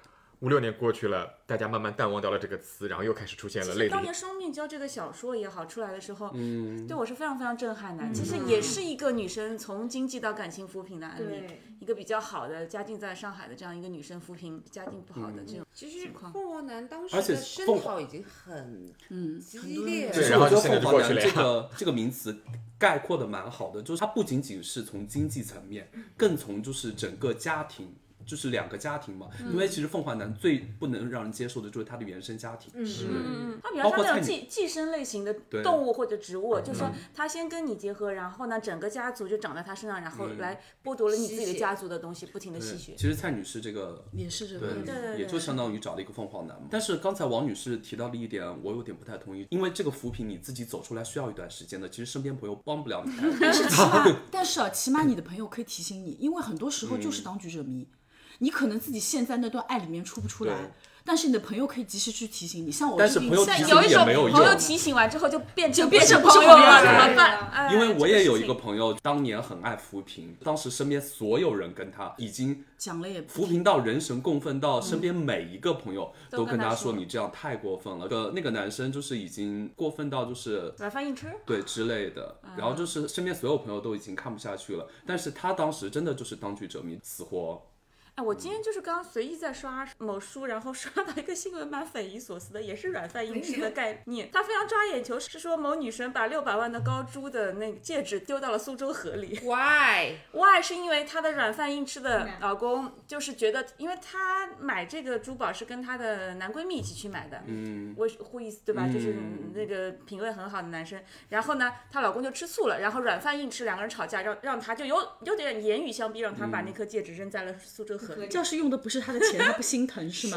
[SPEAKER 6] 五六年过去了，大家慢慢淡忘掉了这个词，然后又开始出现了类
[SPEAKER 1] 当
[SPEAKER 6] 邻
[SPEAKER 1] 年。双面胶这个小说也好出来的时候，
[SPEAKER 5] 嗯
[SPEAKER 1] 对我是非常非常震撼的。其实也是一个女生从经济到感情扶贫的案例
[SPEAKER 4] 对，
[SPEAKER 1] 一个比较好的家境在上海的这样一个女生扶贫家境不
[SPEAKER 5] 嗯
[SPEAKER 1] 好的这种
[SPEAKER 3] 其实
[SPEAKER 1] 情况。
[SPEAKER 3] 凤凰男当时
[SPEAKER 5] 而且
[SPEAKER 3] 的声
[SPEAKER 5] 凤凰
[SPEAKER 3] 讨已经嗯很激烈
[SPEAKER 5] 其
[SPEAKER 6] 对
[SPEAKER 3] 了，
[SPEAKER 5] 实
[SPEAKER 6] 然后
[SPEAKER 5] 我觉得
[SPEAKER 6] 现在
[SPEAKER 5] 凤
[SPEAKER 6] 就
[SPEAKER 5] 凰
[SPEAKER 6] 过
[SPEAKER 5] 男
[SPEAKER 6] 去了
[SPEAKER 5] 这
[SPEAKER 6] 呀
[SPEAKER 5] 个这个名词概括的蛮好的，就是它不仅仅是从经济层面，
[SPEAKER 1] 嗯
[SPEAKER 5] 更从就是整个家庭。就是两个家庭嘛，
[SPEAKER 1] 嗯
[SPEAKER 5] 因为其实凤凰男最不能让人接受的就是他的原生家庭，是
[SPEAKER 1] 嗯，它比较
[SPEAKER 5] 包
[SPEAKER 1] 像
[SPEAKER 5] 括
[SPEAKER 1] 那
[SPEAKER 5] 菜
[SPEAKER 1] 种寄寄生类型的
[SPEAKER 5] 对嗯
[SPEAKER 1] 动物或者植物，就说它先跟你结合，然后呢，整个家族就长在它身上，然后来剥夺了你自己的家族的东西，不停的吸血
[SPEAKER 5] 嗯对。
[SPEAKER 1] 嗯
[SPEAKER 5] 其实蔡女士这个
[SPEAKER 7] 也是这个
[SPEAKER 5] 对
[SPEAKER 7] 问题。
[SPEAKER 1] 对
[SPEAKER 5] 也就相当于找了一个凤凰男嘛。但是刚才王女士提到了一点，我有点不太同意，因为这个扶贫你自己走出来需要一段时间的，其实身边朋友帮不了你太多。
[SPEAKER 1] [laughs]
[SPEAKER 7] 但是起码，
[SPEAKER 5] [laughs]
[SPEAKER 7] 但是啊，起码你的朋友可以提醒你，因为很多时候
[SPEAKER 5] 嗯
[SPEAKER 7] 就是当局者迷，你可能自己陷在那段爱里面出不出
[SPEAKER 5] 对
[SPEAKER 7] 来，但是你的朋友可以及时去提醒你。像我
[SPEAKER 5] 但
[SPEAKER 7] 最
[SPEAKER 5] 是
[SPEAKER 7] 近
[SPEAKER 5] 朋友
[SPEAKER 7] 现在
[SPEAKER 5] 提
[SPEAKER 1] 但
[SPEAKER 5] 醒
[SPEAKER 1] 有
[SPEAKER 5] 你
[SPEAKER 1] 一
[SPEAKER 5] 也
[SPEAKER 1] 种
[SPEAKER 5] 没有
[SPEAKER 1] 朋友
[SPEAKER 5] 用
[SPEAKER 1] 提醒完之后就变成
[SPEAKER 7] 变成
[SPEAKER 1] 不是
[SPEAKER 7] 朋
[SPEAKER 1] 朋
[SPEAKER 7] 友了
[SPEAKER 1] 了，怎么
[SPEAKER 7] 对啊
[SPEAKER 1] 办？哎
[SPEAKER 5] 因为我
[SPEAKER 1] 这
[SPEAKER 5] 也有
[SPEAKER 1] 事
[SPEAKER 5] 一个
[SPEAKER 1] 情
[SPEAKER 5] 朋友，当年很爱扶贫，当时身边所有人跟他已经
[SPEAKER 7] 讲了也
[SPEAKER 5] 扶贫到人神共愤到身边每一个朋友
[SPEAKER 1] 嗯都
[SPEAKER 5] 都
[SPEAKER 1] 跟
[SPEAKER 5] 跟
[SPEAKER 1] 他
[SPEAKER 5] 他
[SPEAKER 1] 说
[SPEAKER 5] 说你这样太过分了。呃，那个男生就是已经过分到就是
[SPEAKER 1] 软饭硬吃。
[SPEAKER 5] 对之类的，
[SPEAKER 1] 嗯
[SPEAKER 5] 然后就是身边所有朋友都已经看不下去了，但是他当时真的就是当局者迷，死活
[SPEAKER 1] 哎，我今天就是刚刚随意在刷某书，然后刷到一个新闻，蛮匪夷所思的，也是软饭硬吃
[SPEAKER 7] 哎
[SPEAKER 1] 的概念。它非常抓眼球，是说某女生把六百万的高珠的那个戒指丢到了苏州河里。
[SPEAKER 3] Why？
[SPEAKER 1] Why 是因为她的软饭硬吃的
[SPEAKER 4] 嗯
[SPEAKER 1] 老公就是觉得，因为她买这个珠宝是跟她的男闺蜜一起去买的，嗯，我护意思对吧？就是
[SPEAKER 5] 嗯
[SPEAKER 1] 那个品味很好的男生。然后呢，她老公就吃醋了，然后软饭硬吃，两个人吵架，让让她就有有点言语相逼，让她
[SPEAKER 5] 嗯
[SPEAKER 1] 把那颗戒指扔在了苏州河里。
[SPEAKER 7] 要是用的不是他的钱，他不心疼是吗？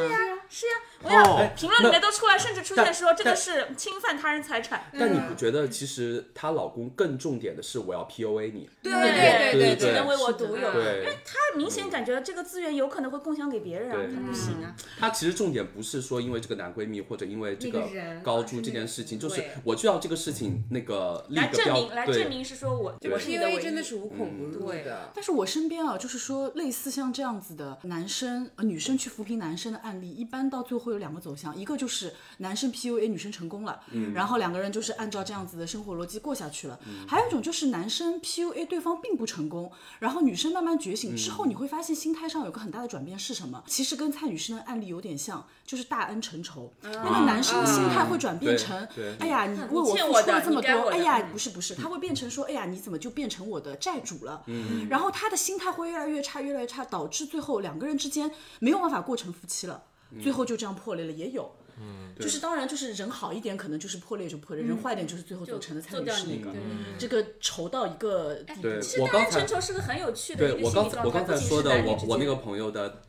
[SPEAKER 1] 是呀、我
[SPEAKER 5] 哎
[SPEAKER 1] 想、
[SPEAKER 6] 哦
[SPEAKER 1] 评论里面都出来，甚至出现
[SPEAKER 5] 但
[SPEAKER 1] 说这个
[SPEAKER 5] 但
[SPEAKER 1] 是侵犯他人财产。
[SPEAKER 5] 但你不觉得其实她老公更重点的是我要 PUA 你？
[SPEAKER 3] 对
[SPEAKER 5] 对
[SPEAKER 3] 对
[SPEAKER 5] 对对
[SPEAKER 1] 只能为我独有。
[SPEAKER 5] 对
[SPEAKER 1] 因为他明显感觉这个资源有可能会共享给别人啊，
[SPEAKER 5] 对嗯
[SPEAKER 1] 他不行啊。
[SPEAKER 5] 她其实重点不是说因为这个男闺蜜或者因为这
[SPEAKER 4] 那
[SPEAKER 5] 个
[SPEAKER 4] 个人
[SPEAKER 5] 高珠这件事情，就是
[SPEAKER 3] 对
[SPEAKER 5] 我就要这个事情那个立
[SPEAKER 1] 来
[SPEAKER 5] 个
[SPEAKER 1] 证
[SPEAKER 5] 标
[SPEAKER 1] 明，来
[SPEAKER 5] 对
[SPEAKER 1] 证明是说我我是你
[SPEAKER 3] 因
[SPEAKER 1] 的唯
[SPEAKER 3] 为
[SPEAKER 1] 一。
[SPEAKER 3] 真的是无孔不入的，
[SPEAKER 7] 但是我身边啊，就是说类似像这样子的男生、呃、女生去扶贫男生的案例，一般到最后有两个走向，一个就是男生 PUA 女生成功了，
[SPEAKER 5] 嗯
[SPEAKER 7] 然后两个人就是按照这样子的生活逻辑过下去了；还有一种就是男生 PUA 对方并不成功，然后女生慢慢觉醒之
[SPEAKER 5] 嗯
[SPEAKER 7] 后，你会发现心态上有个很大的转变是什么？其实跟蔡女士的案例有点像，就是大恩成仇，那个男生的心态会转变
[SPEAKER 5] 嗯对
[SPEAKER 7] 成
[SPEAKER 5] 对，
[SPEAKER 7] 哎呀，你为
[SPEAKER 1] 你
[SPEAKER 7] 我付
[SPEAKER 1] 欠
[SPEAKER 7] 出
[SPEAKER 1] 我的
[SPEAKER 7] 了这
[SPEAKER 1] 你
[SPEAKER 7] 么
[SPEAKER 1] 该我
[SPEAKER 7] 多，
[SPEAKER 1] 的
[SPEAKER 7] 哎呀
[SPEAKER 1] 嗯，
[SPEAKER 7] 不是不是，他会变成说，哎呀，你怎么就变成我的债主了？嗯，然后他的心态会越来越差，越来越差，导致最后两个人之间没有办法过成夫妻了，最后就这样破裂了，也有。嗯，就是当然，就是人好一点，可能就是破裂就破裂，人
[SPEAKER 1] 嗯
[SPEAKER 7] 坏一点就是最后走成了蔡女士那个，这个愁到一个地步
[SPEAKER 5] 对。
[SPEAKER 1] 哎其实
[SPEAKER 5] 我
[SPEAKER 1] 大恩
[SPEAKER 5] 刚才
[SPEAKER 1] 成仇是个很有趣的一
[SPEAKER 5] 对
[SPEAKER 1] 个
[SPEAKER 5] 我
[SPEAKER 1] 心理
[SPEAKER 5] 刚
[SPEAKER 1] 状态
[SPEAKER 5] 才我刚才说的，我我那。
[SPEAKER 1] 不仅是男女之
[SPEAKER 5] 个
[SPEAKER 1] 间
[SPEAKER 5] 朋友的，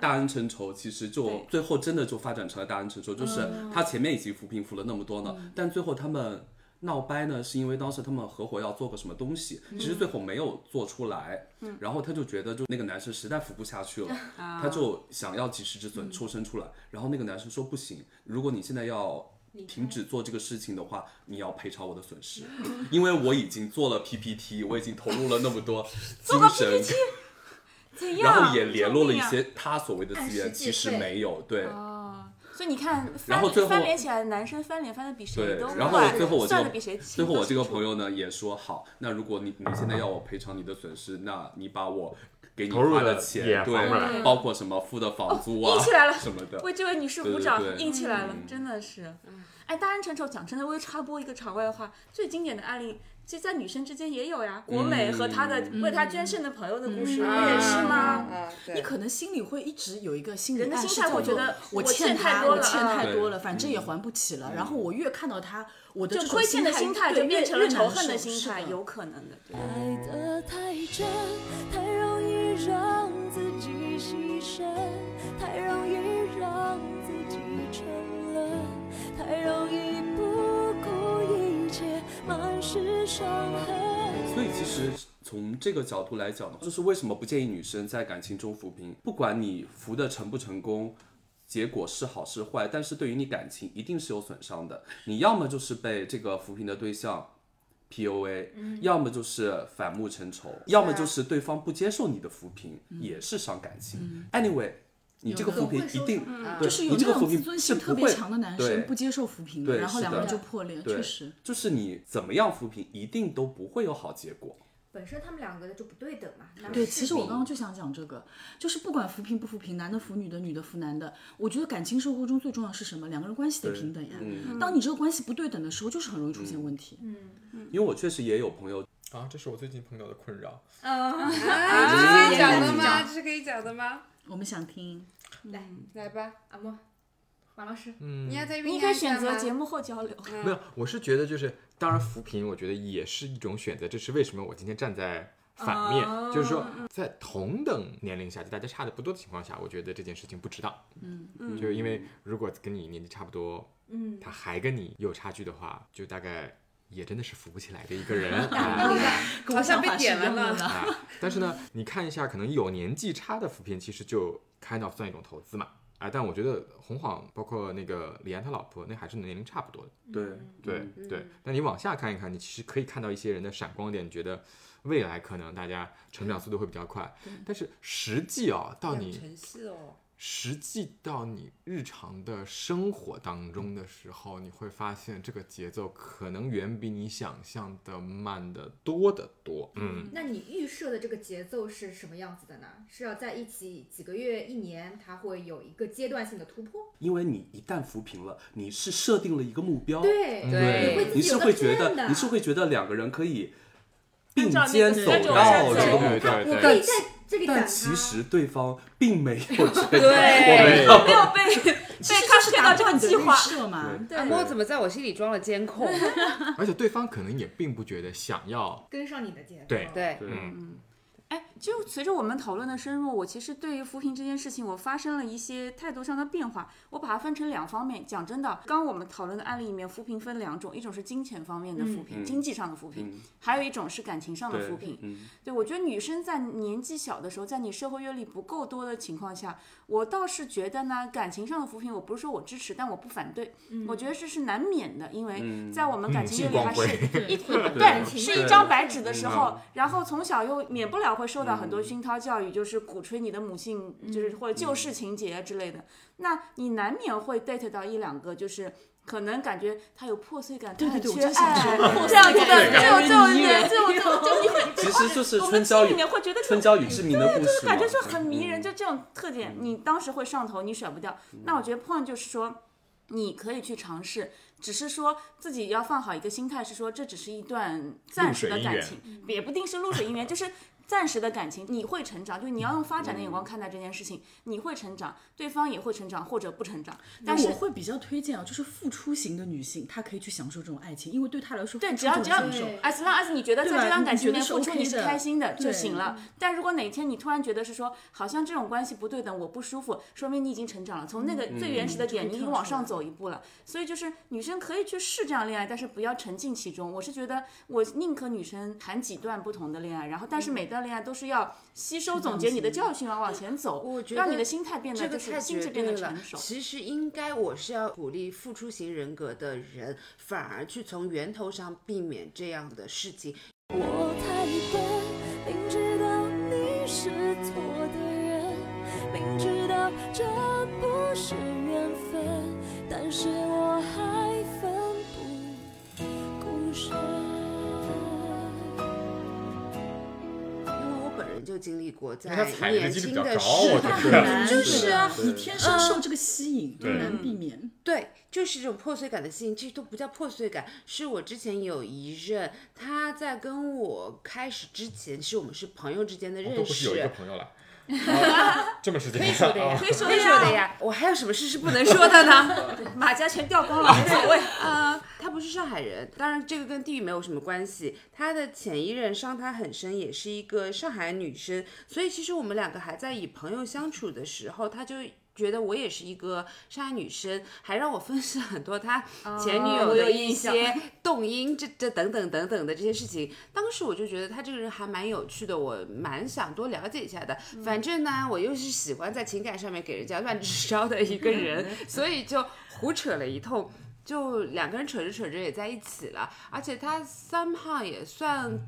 [SPEAKER 5] 大恩成仇，其实就最后真的就发展成了大恩成仇，就是他前面已经扶贫扶了那么多呢，
[SPEAKER 1] 嗯
[SPEAKER 5] 但最后他们闹掰呢，是因为当时他们合伙要做个什么东西，其
[SPEAKER 1] 嗯
[SPEAKER 5] 实最后没有做出来，然后他就觉得就那个男生实在扶不下去了，
[SPEAKER 1] 啊
[SPEAKER 5] 他就想要及时止
[SPEAKER 1] 嗯
[SPEAKER 5] 损，抽身出来，然后那个男生说不行，如果你现在要。停
[SPEAKER 1] 嗯
[SPEAKER 5] 止做这个事情的话，你要赔偿我的损失， [laughs] 因为我已经做了 PPT，我已经投入了那么
[SPEAKER 1] [laughs]
[SPEAKER 5] 多精神 [laughs]
[SPEAKER 1] 怎样？
[SPEAKER 5] 然后也联络了一
[SPEAKER 1] 救命
[SPEAKER 5] 些他所谓的资
[SPEAKER 4] 按
[SPEAKER 5] 源，
[SPEAKER 4] 时计
[SPEAKER 5] 其实
[SPEAKER 4] 费
[SPEAKER 5] 没有，对
[SPEAKER 1] 啊。所以你看，
[SPEAKER 5] 然
[SPEAKER 1] 翻
[SPEAKER 5] 后最后
[SPEAKER 1] 翻脸起来，男生翻脸翻的比谁
[SPEAKER 5] 对
[SPEAKER 1] 都。
[SPEAKER 5] 然后
[SPEAKER 1] 快
[SPEAKER 5] 最后我
[SPEAKER 1] 算
[SPEAKER 5] 这
[SPEAKER 1] 的比
[SPEAKER 5] 个
[SPEAKER 1] 谁清
[SPEAKER 5] 最后我这个
[SPEAKER 1] 楚
[SPEAKER 5] 朋友呢也说好，那如果你你现在要我赔偿你的损失，那你把我给你
[SPEAKER 6] 投入
[SPEAKER 5] 花
[SPEAKER 6] 的
[SPEAKER 5] 的钱，
[SPEAKER 6] 也还回
[SPEAKER 5] 对，
[SPEAKER 6] 来
[SPEAKER 5] 包括什么付的房租
[SPEAKER 1] 嗯哦
[SPEAKER 5] 啊
[SPEAKER 1] 硬起来了
[SPEAKER 5] 什么
[SPEAKER 1] [laughs]
[SPEAKER 5] 的，
[SPEAKER 1] 为这位女士
[SPEAKER 5] 对
[SPEAKER 1] 鼓
[SPEAKER 5] 对
[SPEAKER 1] 掌，
[SPEAKER 5] 对嗯
[SPEAKER 1] 硬起来了，真的是。哎，大恩成仇，讲真的，我又插播一个场外话，最经典的案例，其实在女生之间也有呀。国美和她的
[SPEAKER 5] 嗯
[SPEAKER 1] 为她捐肾的朋友的故事，不也是吗？
[SPEAKER 3] 啊，
[SPEAKER 7] 你
[SPEAKER 3] 对，
[SPEAKER 7] 可能心里会一直有一个心理
[SPEAKER 1] 人的
[SPEAKER 7] 暗
[SPEAKER 1] 心
[SPEAKER 7] 示
[SPEAKER 1] 态
[SPEAKER 7] 叫
[SPEAKER 1] 会觉
[SPEAKER 7] 做
[SPEAKER 1] 得
[SPEAKER 7] 我
[SPEAKER 1] 我欠太
[SPEAKER 7] 他，
[SPEAKER 1] 多
[SPEAKER 7] 我
[SPEAKER 1] 了
[SPEAKER 7] 欠
[SPEAKER 1] 啊嗯
[SPEAKER 7] 太多了，
[SPEAKER 5] 对
[SPEAKER 7] 反正也还不起了。然后我越看到他，我的
[SPEAKER 1] 就
[SPEAKER 7] 这种
[SPEAKER 1] 亏欠的心态
[SPEAKER 7] 对
[SPEAKER 1] 就变
[SPEAKER 7] 越
[SPEAKER 1] 成了
[SPEAKER 7] 越
[SPEAKER 1] 仇
[SPEAKER 7] 难
[SPEAKER 1] 恨的
[SPEAKER 7] 受
[SPEAKER 1] 心
[SPEAKER 7] 是
[SPEAKER 1] 态，有可能的。对
[SPEAKER 8] 爱得太真，太容易让自己牺牲，太容易让自己沉沦，太容易不顾一切，满是伤痕。
[SPEAKER 5] 所以其实从这个角度来讲，就是为什么不建议女生在感情中扶贫？不管你扶的成不成功，结果是好是坏，但是对于你感情一定是有损伤的。你要么就是被这个扶贫的对象 PUA，、要
[SPEAKER 7] 嗯
[SPEAKER 5] 么就是反目成仇，要么就是对方不接受你的扶贫，也是伤感情。Anyway。你这个扶贫
[SPEAKER 4] 有的
[SPEAKER 5] 一定
[SPEAKER 4] 嗯
[SPEAKER 5] 对
[SPEAKER 7] 就是
[SPEAKER 5] 你
[SPEAKER 7] 嗯有
[SPEAKER 5] 这
[SPEAKER 7] 那
[SPEAKER 5] 个扶
[SPEAKER 7] 种自
[SPEAKER 5] 贫
[SPEAKER 7] 尊
[SPEAKER 5] 是
[SPEAKER 7] 心
[SPEAKER 5] 不
[SPEAKER 7] 特
[SPEAKER 5] 会
[SPEAKER 7] 别强的男
[SPEAKER 5] 对
[SPEAKER 7] 生不接受扶贫的，
[SPEAKER 5] 对
[SPEAKER 7] 然后
[SPEAKER 5] 是
[SPEAKER 7] 两个人
[SPEAKER 5] 的
[SPEAKER 7] 就破裂，
[SPEAKER 5] 对
[SPEAKER 7] 确实。
[SPEAKER 5] 就是你怎么样扶贫，一定都不会有好结果。
[SPEAKER 4] 本身他们两个的就不对等嘛。
[SPEAKER 7] 对，其实我刚刚就想讲这个，就是不管扶贫不扶贫，男的扶女的，女的扶男的，我觉得感情生活中最重要的是什么？两个人关系得
[SPEAKER 5] 对
[SPEAKER 7] 平等呀。
[SPEAKER 5] 嗯，
[SPEAKER 7] 当你这个关系不对等的时候，就是很容易出现问题。
[SPEAKER 4] 嗯，
[SPEAKER 5] 因为我确实也有朋友，
[SPEAKER 6] 啊，这是我最近碰到的困扰。
[SPEAKER 4] 嗯， [laughs]
[SPEAKER 3] 啊，这是可以讲的吗？这是可以讲的吗？
[SPEAKER 7] 我们想听，
[SPEAKER 4] 来，
[SPEAKER 3] 来吧，
[SPEAKER 4] 阿莫，王老师，
[SPEAKER 7] 嗯
[SPEAKER 3] 你要再酝酿
[SPEAKER 1] 你
[SPEAKER 3] 一
[SPEAKER 1] 可
[SPEAKER 3] 下
[SPEAKER 1] 以选择
[SPEAKER 3] 吗
[SPEAKER 1] 节目后交流。
[SPEAKER 6] 没有，我是觉得就是，当然扶贫，我觉得也是一种选择，这是为什么我今天站在反面，就是说在同等年龄下，就大家差的不多的情况下，我觉得这件事情不值当。嗯，就是因为如果跟你年纪差不多，
[SPEAKER 4] 嗯，
[SPEAKER 6] 他还跟你有差距的话，就大概也真的是扶不起来的一个 [laughs] 人。
[SPEAKER 3] 啊
[SPEAKER 7] 跟我
[SPEAKER 3] 好像
[SPEAKER 7] 想
[SPEAKER 3] 被
[SPEAKER 7] 法是一
[SPEAKER 3] 点了
[SPEAKER 7] 样的
[SPEAKER 3] 呢
[SPEAKER 7] 呢。
[SPEAKER 5] [laughs]
[SPEAKER 6] 啊，但是呢，你看一下，可能有年纪差的扶贫，其实就 kind of 算一种投资嘛。啊，但我觉得红晃包括那个李安他老婆，那还是年龄差不多的。
[SPEAKER 7] 嗯
[SPEAKER 5] 对，
[SPEAKER 6] 对
[SPEAKER 3] 嗯
[SPEAKER 6] 对，但你往下看一看，你其实可以看到一些人的闪光点，你觉得未来可能大家成长速度会比较快，但是实际啊、到你
[SPEAKER 3] 城市哦，
[SPEAKER 6] 实际到你日常的生活当中的时候，你会发现这个节奏可能远比你想象的慢得多得多。嗯，
[SPEAKER 4] 那你预设的这个节奏是什么样子的呢？是要在一起几个月、一年，它会有一个阶段性的突破？
[SPEAKER 5] 因为你一旦扶贫了，你是设定了一个目标，
[SPEAKER 4] 对
[SPEAKER 3] 对
[SPEAKER 4] 会自己
[SPEAKER 5] 嗯你是
[SPEAKER 4] 有个
[SPEAKER 5] 会觉
[SPEAKER 4] plan
[SPEAKER 5] 得
[SPEAKER 4] 的
[SPEAKER 5] 你是会觉得两个人可以并
[SPEAKER 1] 按照那个
[SPEAKER 5] 肩走
[SPEAKER 1] 按照
[SPEAKER 5] 到
[SPEAKER 1] 我
[SPEAKER 5] 这
[SPEAKER 1] 现
[SPEAKER 5] 个
[SPEAKER 1] 在
[SPEAKER 5] 目
[SPEAKER 6] 走
[SPEAKER 5] 标
[SPEAKER 6] 对，
[SPEAKER 4] 我可
[SPEAKER 5] 但
[SPEAKER 4] 以在这里等
[SPEAKER 5] 但
[SPEAKER 4] 他。
[SPEAKER 5] 其实对方并没有觉得
[SPEAKER 6] [laughs]
[SPEAKER 3] 对
[SPEAKER 5] 我没有
[SPEAKER 1] 没有被被
[SPEAKER 7] 其实
[SPEAKER 1] 他
[SPEAKER 7] 就是
[SPEAKER 1] 骗到
[SPEAKER 7] 打
[SPEAKER 1] 这
[SPEAKER 7] 破
[SPEAKER 1] 个
[SPEAKER 7] 你的
[SPEAKER 1] 计
[SPEAKER 7] 预
[SPEAKER 1] 划，
[SPEAKER 7] 设嘛。
[SPEAKER 3] [laughs]
[SPEAKER 5] 对
[SPEAKER 3] 阿莫怎么在我心里装了监控？ [laughs]
[SPEAKER 6] 而且对方可能也并不觉得想要
[SPEAKER 4] 跟上你的节奏，
[SPEAKER 6] 对
[SPEAKER 3] 对，
[SPEAKER 6] 嗯
[SPEAKER 1] 哎，就随着我们讨论的深入，我其实对于扶贫这件事情，我发生了一些态度上的变化。我把它分成两方面。讲真的，刚刚我们讨论的案例里面，扶贫分两种，一种是金钱方面的扶
[SPEAKER 5] 嗯
[SPEAKER 1] 贫，经济上的扶贫，
[SPEAKER 5] 嗯
[SPEAKER 1] 还有一种是感情上的
[SPEAKER 5] 对
[SPEAKER 1] 扶贫。
[SPEAKER 5] 嗯
[SPEAKER 1] 对，我觉得女生在年纪小的时候，在你社会阅历不够多的情况下，我倒是觉得呢，感情上的扶贫，我不是说我支持，但我不反对，我觉得这是难免的，因为在我们感情
[SPEAKER 6] 嗯
[SPEAKER 1] 阅历
[SPEAKER 6] 性
[SPEAKER 1] 还
[SPEAKER 6] 光
[SPEAKER 1] 是一
[SPEAKER 6] 对
[SPEAKER 1] 对，是一张白纸的时候，然后从小又免不了会受到很多熏陶教育，就是鼓吹你的母性，就是或者旧事情节之类的，那你难免会 date 到一两个就是。可能感觉他有破碎感，他
[SPEAKER 7] 对对
[SPEAKER 1] 很
[SPEAKER 7] 对我
[SPEAKER 1] 缺
[SPEAKER 7] 真想
[SPEAKER 1] 爱，
[SPEAKER 7] 说破
[SPEAKER 1] 这
[SPEAKER 7] 碎
[SPEAKER 1] 样子的，
[SPEAKER 7] 感
[SPEAKER 1] 这种这种人，这种这种，就你会
[SPEAKER 5] [laughs] 其实就是
[SPEAKER 1] 我
[SPEAKER 5] 春
[SPEAKER 1] 们
[SPEAKER 5] 娇
[SPEAKER 1] 心里
[SPEAKER 5] 与
[SPEAKER 1] 面会觉得这
[SPEAKER 5] 春
[SPEAKER 1] 种
[SPEAKER 5] 娇与志明的故事嘛，嗯
[SPEAKER 1] 感觉就很迷
[SPEAKER 6] 嗯
[SPEAKER 1] 人，就这种特点，你当时会上头，你甩不掉。那我觉得 point 就是说，你可以去尝试，只是说自己要放好一个心态，是说这只是一段暂时的
[SPEAKER 6] 露水姻
[SPEAKER 1] 感
[SPEAKER 6] 缘嗯
[SPEAKER 1] 情，也不定是露水姻缘， [laughs] 就是暂时的感情，你会成长，就是你要用发展的眼光看待这件事情，你会成长，对方也会成长或者不成长，但
[SPEAKER 7] 但
[SPEAKER 1] 是
[SPEAKER 7] 我。会比较推荐啊，就是付出型的女性，她可以去享受这种爱情，因为对她来说，
[SPEAKER 1] 对，
[SPEAKER 7] 付
[SPEAKER 1] 只
[SPEAKER 7] 出
[SPEAKER 1] 要
[SPEAKER 7] 这
[SPEAKER 1] 只
[SPEAKER 7] 种
[SPEAKER 1] 要嗯
[SPEAKER 7] 享受
[SPEAKER 1] ，as long as 你觉得在
[SPEAKER 7] 对
[SPEAKER 1] 这
[SPEAKER 7] 吧
[SPEAKER 1] 段
[SPEAKER 7] 你
[SPEAKER 1] 感情
[SPEAKER 7] 觉
[SPEAKER 1] 里
[SPEAKER 7] 得
[SPEAKER 1] 面
[SPEAKER 7] 是
[SPEAKER 1] 付出
[SPEAKER 7] OK
[SPEAKER 1] 你是
[SPEAKER 7] 的
[SPEAKER 1] 开心的就
[SPEAKER 7] 对
[SPEAKER 1] 行了。但如果哪一天你突然觉得是说，好像这种关系不对等，我不舒服，说明你已经成长了，从那个最原始的点
[SPEAKER 7] 嗯就
[SPEAKER 1] 你
[SPEAKER 7] 会
[SPEAKER 1] 已经
[SPEAKER 7] 跳
[SPEAKER 1] 往
[SPEAKER 7] 出
[SPEAKER 1] 上
[SPEAKER 7] 来
[SPEAKER 1] 走一步了。所以就是女生可以去试这样恋爱，但是不要沉浸其中。我是觉得，我宁可女生谈几段不同的恋爱，然后但
[SPEAKER 7] 嗯
[SPEAKER 1] 是每段恋爱都是要吸收总结你的教训，然后往前走，
[SPEAKER 3] 我觉
[SPEAKER 1] 让你
[SPEAKER 3] 得
[SPEAKER 1] 的心态变得
[SPEAKER 3] 这个
[SPEAKER 1] 就是
[SPEAKER 3] 太
[SPEAKER 1] 心
[SPEAKER 3] 绝
[SPEAKER 1] 智变得
[SPEAKER 3] 对了
[SPEAKER 1] 成。熟。
[SPEAKER 3] 其实应该我是要鼓励付出型人格的人，反而去从源头上避免这样的事情。
[SPEAKER 8] 我太笨，明知道你是错的人，明知道这不是缘分，但是我还奋不顾身。
[SPEAKER 3] 因为我本人就经历过，在
[SPEAKER 6] 他踩的
[SPEAKER 3] 年
[SPEAKER 6] 几率
[SPEAKER 3] 轻
[SPEAKER 6] 比较
[SPEAKER 3] 的
[SPEAKER 6] 高，
[SPEAKER 3] 时
[SPEAKER 6] 我
[SPEAKER 3] 候，
[SPEAKER 6] 就
[SPEAKER 7] 很
[SPEAKER 6] 是。
[SPEAKER 7] 难，
[SPEAKER 3] 就是啊
[SPEAKER 7] 你天
[SPEAKER 1] 嗯
[SPEAKER 7] 生受这个吸引，很难避免。
[SPEAKER 3] 对，就是这种破碎感的吸引，这都不叫破碎感。是我之前有一任，他在跟我开始之前，是我们是朋友之间的认识，
[SPEAKER 6] [laughs] 哦都不是有一个朋友
[SPEAKER 3] [laughs]
[SPEAKER 6] 了，啊这么时间
[SPEAKER 3] 说的呀，
[SPEAKER 6] 啊
[SPEAKER 3] 可以说的呀。我还有什么事是不能说的呢？
[SPEAKER 1] 马甲全掉光了，无所谓。
[SPEAKER 3] 啊，他不是上海人，当然这个跟地域没有什么关系。他的前一任伤他很深，也是一个上海女生，所以其实我们两个还在以朋友相处的时候，他就。觉得我也是一个上海女生，还让我分析了很多他前女友
[SPEAKER 1] 哦我有
[SPEAKER 3] 的一
[SPEAKER 1] 印象
[SPEAKER 3] 些动因，这这等等等等的这些事情。当时我就觉得他这个人还蛮有趣的，我蛮想多了解一下的。
[SPEAKER 1] 嗯
[SPEAKER 3] 反正呢，我又是喜欢在情感上面给人家乱支 [laughs] 招的一个
[SPEAKER 1] [laughs]
[SPEAKER 3] 人，所以就胡扯了一通。就两个人扯着扯着也在一起了，而且他 somehow 也算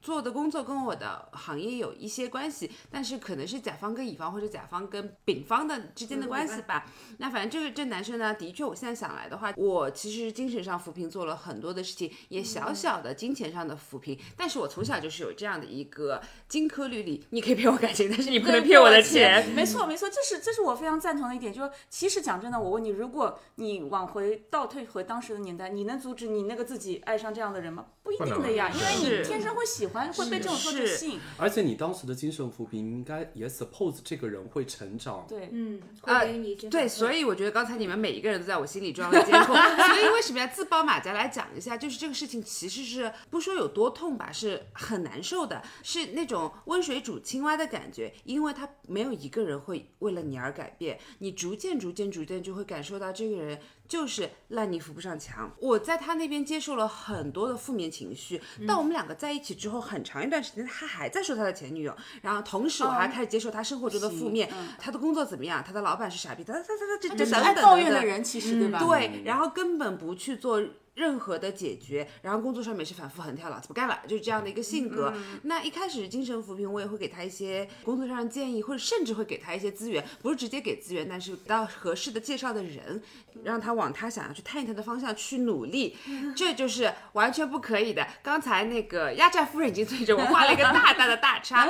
[SPEAKER 3] 做的工作跟我的行业有一些关系，但是可能是甲方跟乙方或者甲方跟丙方的之间的关系吧。那反正这个这男生呢，的确，我现在想来的话，我其实精神上扶贫做了很多的事情，也小小的金钱上的扶贫，但是我从小就是有这样的一个金科律例，你可以骗我感情，但是你不能骗我的钱。
[SPEAKER 1] 没错，没错，这是这是我非常赞同的一点。就是其实讲真的，我问你，如果你往回倒退回当时的年代，你能阻止你那个自己爱上这样的人吗？不一定的呀，
[SPEAKER 6] 不能
[SPEAKER 1] 因为
[SPEAKER 3] 啊是
[SPEAKER 1] 你天生会喜欢，会被这种特质
[SPEAKER 3] 是
[SPEAKER 1] 吸引。
[SPEAKER 5] 而且你当时的精神扶贫应该也 suppose 这个人会成长。
[SPEAKER 1] 对，
[SPEAKER 4] 嗯，
[SPEAKER 6] 啊
[SPEAKER 4] 会给你这
[SPEAKER 3] 对，所以我觉得刚才你们每一个人都在我心里装了监控， [laughs] 所以为什么要自报马甲来讲一下？就是这个事情其实是不说有多痛吧，是很难受的，是那种温水煮青蛙的感觉，因为他没有一个人会为了你而改变，你逐渐、逐渐、逐渐就会感受到这个人就是烂泥扶不上墙。我在他那边接受了很多的负面情绪，
[SPEAKER 1] 嗯
[SPEAKER 3] 但我们两个在一起之后很长一段时间，他还在说他的前女友，然后同时我
[SPEAKER 1] 哦
[SPEAKER 3] 还开始接受他生活中的负面，他的工作怎么样，他的老板是傻逼，他他他他这这
[SPEAKER 1] 嗯就是
[SPEAKER 3] 等
[SPEAKER 1] 爱
[SPEAKER 3] 等
[SPEAKER 1] 抱
[SPEAKER 3] 等
[SPEAKER 1] 怨的
[SPEAKER 3] 等
[SPEAKER 1] 人，其实对吧？
[SPEAKER 3] 嗯对，然后根本不去做任何的解决，然后工作上面是反复横跳，老子不干了，就是这样的一个性格。那一开始精神扶贫，我也会给他一些工作上的建议，或者甚至会给他一些资源，不是直接给资源，但是到合适的介绍的人，让他往他想要去探一探的方向去努力，这就是完全不可以的。刚才那个压寨夫人已经对着我画了一个大大的大叉，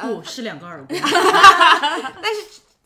[SPEAKER 7] 不是两个耳
[SPEAKER 1] [laughs]
[SPEAKER 7] 光。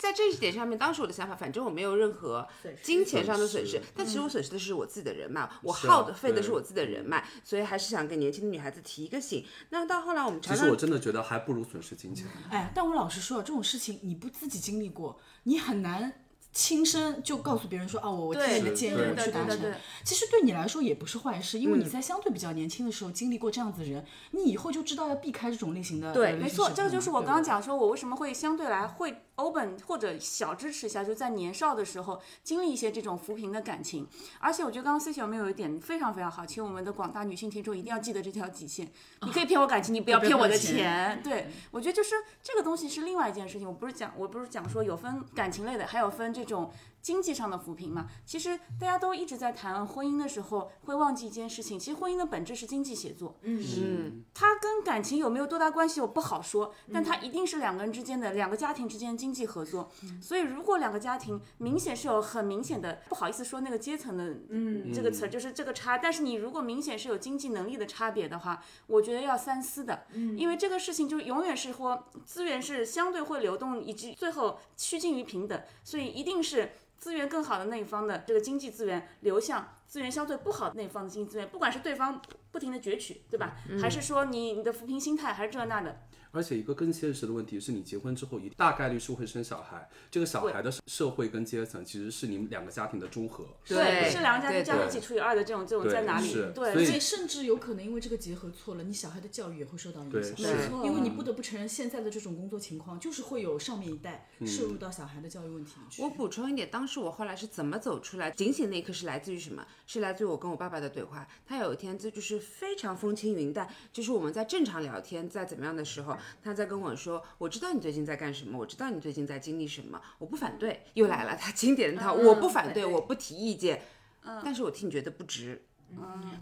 [SPEAKER 3] 在这一点上面，当时我的想法，反正我没有任何金钱上的损失
[SPEAKER 5] 损失，嗯
[SPEAKER 3] 但其实我损失的是我自己的人脉，我
[SPEAKER 5] 是啊
[SPEAKER 3] 耗的费的
[SPEAKER 5] 对
[SPEAKER 3] 是我自己的人脉，所以还是想给年轻的女孩子提一个醒。那到后来我们
[SPEAKER 5] 其
[SPEAKER 3] 常
[SPEAKER 5] 实
[SPEAKER 3] 常
[SPEAKER 5] 我真的觉得还不如损失金钱。
[SPEAKER 7] 哎，但我老实说，这种事情你不自己经历过，你很难亲身就告诉别人说，哦，我我听了你的
[SPEAKER 5] 是
[SPEAKER 7] 建议，
[SPEAKER 5] 对
[SPEAKER 7] 我
[SPEAKER 5] 的
[SPEAKER 7] 去达
[SPEAKER 1] 对的嗯
[SPEAKER 7] 成
[SPEAKER 1] 对。
[SPEAKER 7] 其实对你来说也不是坏事，因为你在相对比较年轻的时候经历过这样子的人，你以后就知道要避开这种类型的。
[SPEAKER 3] 对
[SPEAKER 7] 没
[SPEAKER 1] 没错，这个就是我刚刚讲说，我为什么会相对来会 open 或者小支持一下，就在年少的时候经历一些这种扶贫的感情。而且我觉得刚刚 C 小妹有一点非常非常好，请我们的广大女性听众一定要记得这条底线：你可以骗我感情，哦你不要
[SPEAKER 7] 不要
[SPEAKER 1] 骗我的
[SPEAKER 7] 骗我钱
[SPEAKER 1] 钱。嗯对，我觉得就是这个东西是另外一件事情。我不是讲，我不是讲说有分感情类的，还有分这种经济上的扶贫嘛。其实大家都一直在谈婚姻的时候，会忘记一件事情，其实婚姻的本质是经济协作。
[SPEAKER 3] 嗯，
[SPEAKER 1] 它跟感情有没有多大关系，我不好说，但它一定是两个人之间的、两个家庭之间的经济合作。所以，如果两个家庭明显是有很明显的，不好意思说那个阶层的，嗯，这个词儿就是这个差，但是你如果明显是有经济能力的差别的话，我觉得要三思的，因为这个事情就永远是说资源是相对会流动，以及最后趋近于平等，所以一定是资源更好的那一方的这个经济资源流向资源相对不好的那一方的经济资源，不管是对方不停的攫取，对吧？还是说你你的扶贫心态，还是这那的，
[SPEAKER 5] 而且一个更现实的问题是你结婚之后，一大概率是会生小孩，这个小孩的社会跟阶层其实是你们两个家庭的综合。
[SPEAKER 3] 对
[SPEAKER 1] 是两个家
[SPEAKER 3] 对
[SPEAKER 1] 庭加在
[SPEAKER 5] 对
[SPEAKER 1] 一起除以二的这种这种
[SPEAKER 5] 对
[SPEAKER 1] 在哪
[SPEAKER 5] 是
[SPEAKER 1] 里？
[SPEAKER 5] 所
[SPEAKER 1] 对，
[SPEAKER 5] 以
[SPEAKER 7] 对，甚至有可能因为这个结合错了，你小孩的教育也会受到影
[SPEAKER 5] 对
[SPEAKER 7] 响。
[SPEAKER 5] 是
[SPEAKER 3] 对
[SPEAKER 7] 因为你不得不承认，现在的这种工作情况，就是会有上面一代
[SPEAKER 5] 嗯
[SPEAKER 7] 摄入到小孩的教育问题里去。
[SPEAKER 3] 我补充一点，当时我后来是怎么走出来？警醒那一刻是来自于什么？是来自于我跟我爸爸的对话。他有一天，这就是非常风轻云淡，就是我们在正常聊天，在怎么样的时候，他在跟我说：“我知道你最近在干什么，我知道你最近在经历什么，我不反对。”又来了，他经典的套，我不反对，我不提意见，但是我替你觉得不值。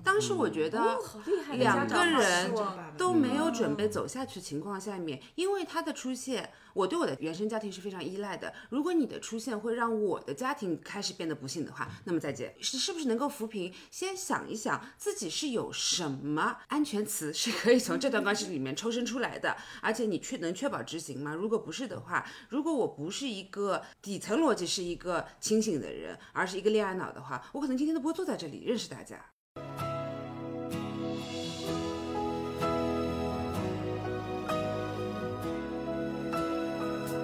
[SPEAKER 3] 当时我觉得，
[SPEAKER 1] 好厉害的
[SPEAKER 3] 两
[SPEAKER 1] 家
[SPEAKER 3] 个
[SPEAKER 1] 长好
[SPEAKER 3] 人
[SPEAKER 1] 失望
[SPEAKER 3] 都没有准备走下去情况下面，因为他的出现，我对我的原生家庭是非常依赖的。如果你的出现会让我的家庭开始变得不幸的话，那么再见。是是不是能够扶贫？先想一想自己是有什么安全词是可以从这段关系里面抽身出来的，而且你确能确保执行吗？如果不是的话，如果我不是一个底层逻辑是一个清醒的人，而是一个恋爱脑的话，我可能今天都不会坐在这里认识大家。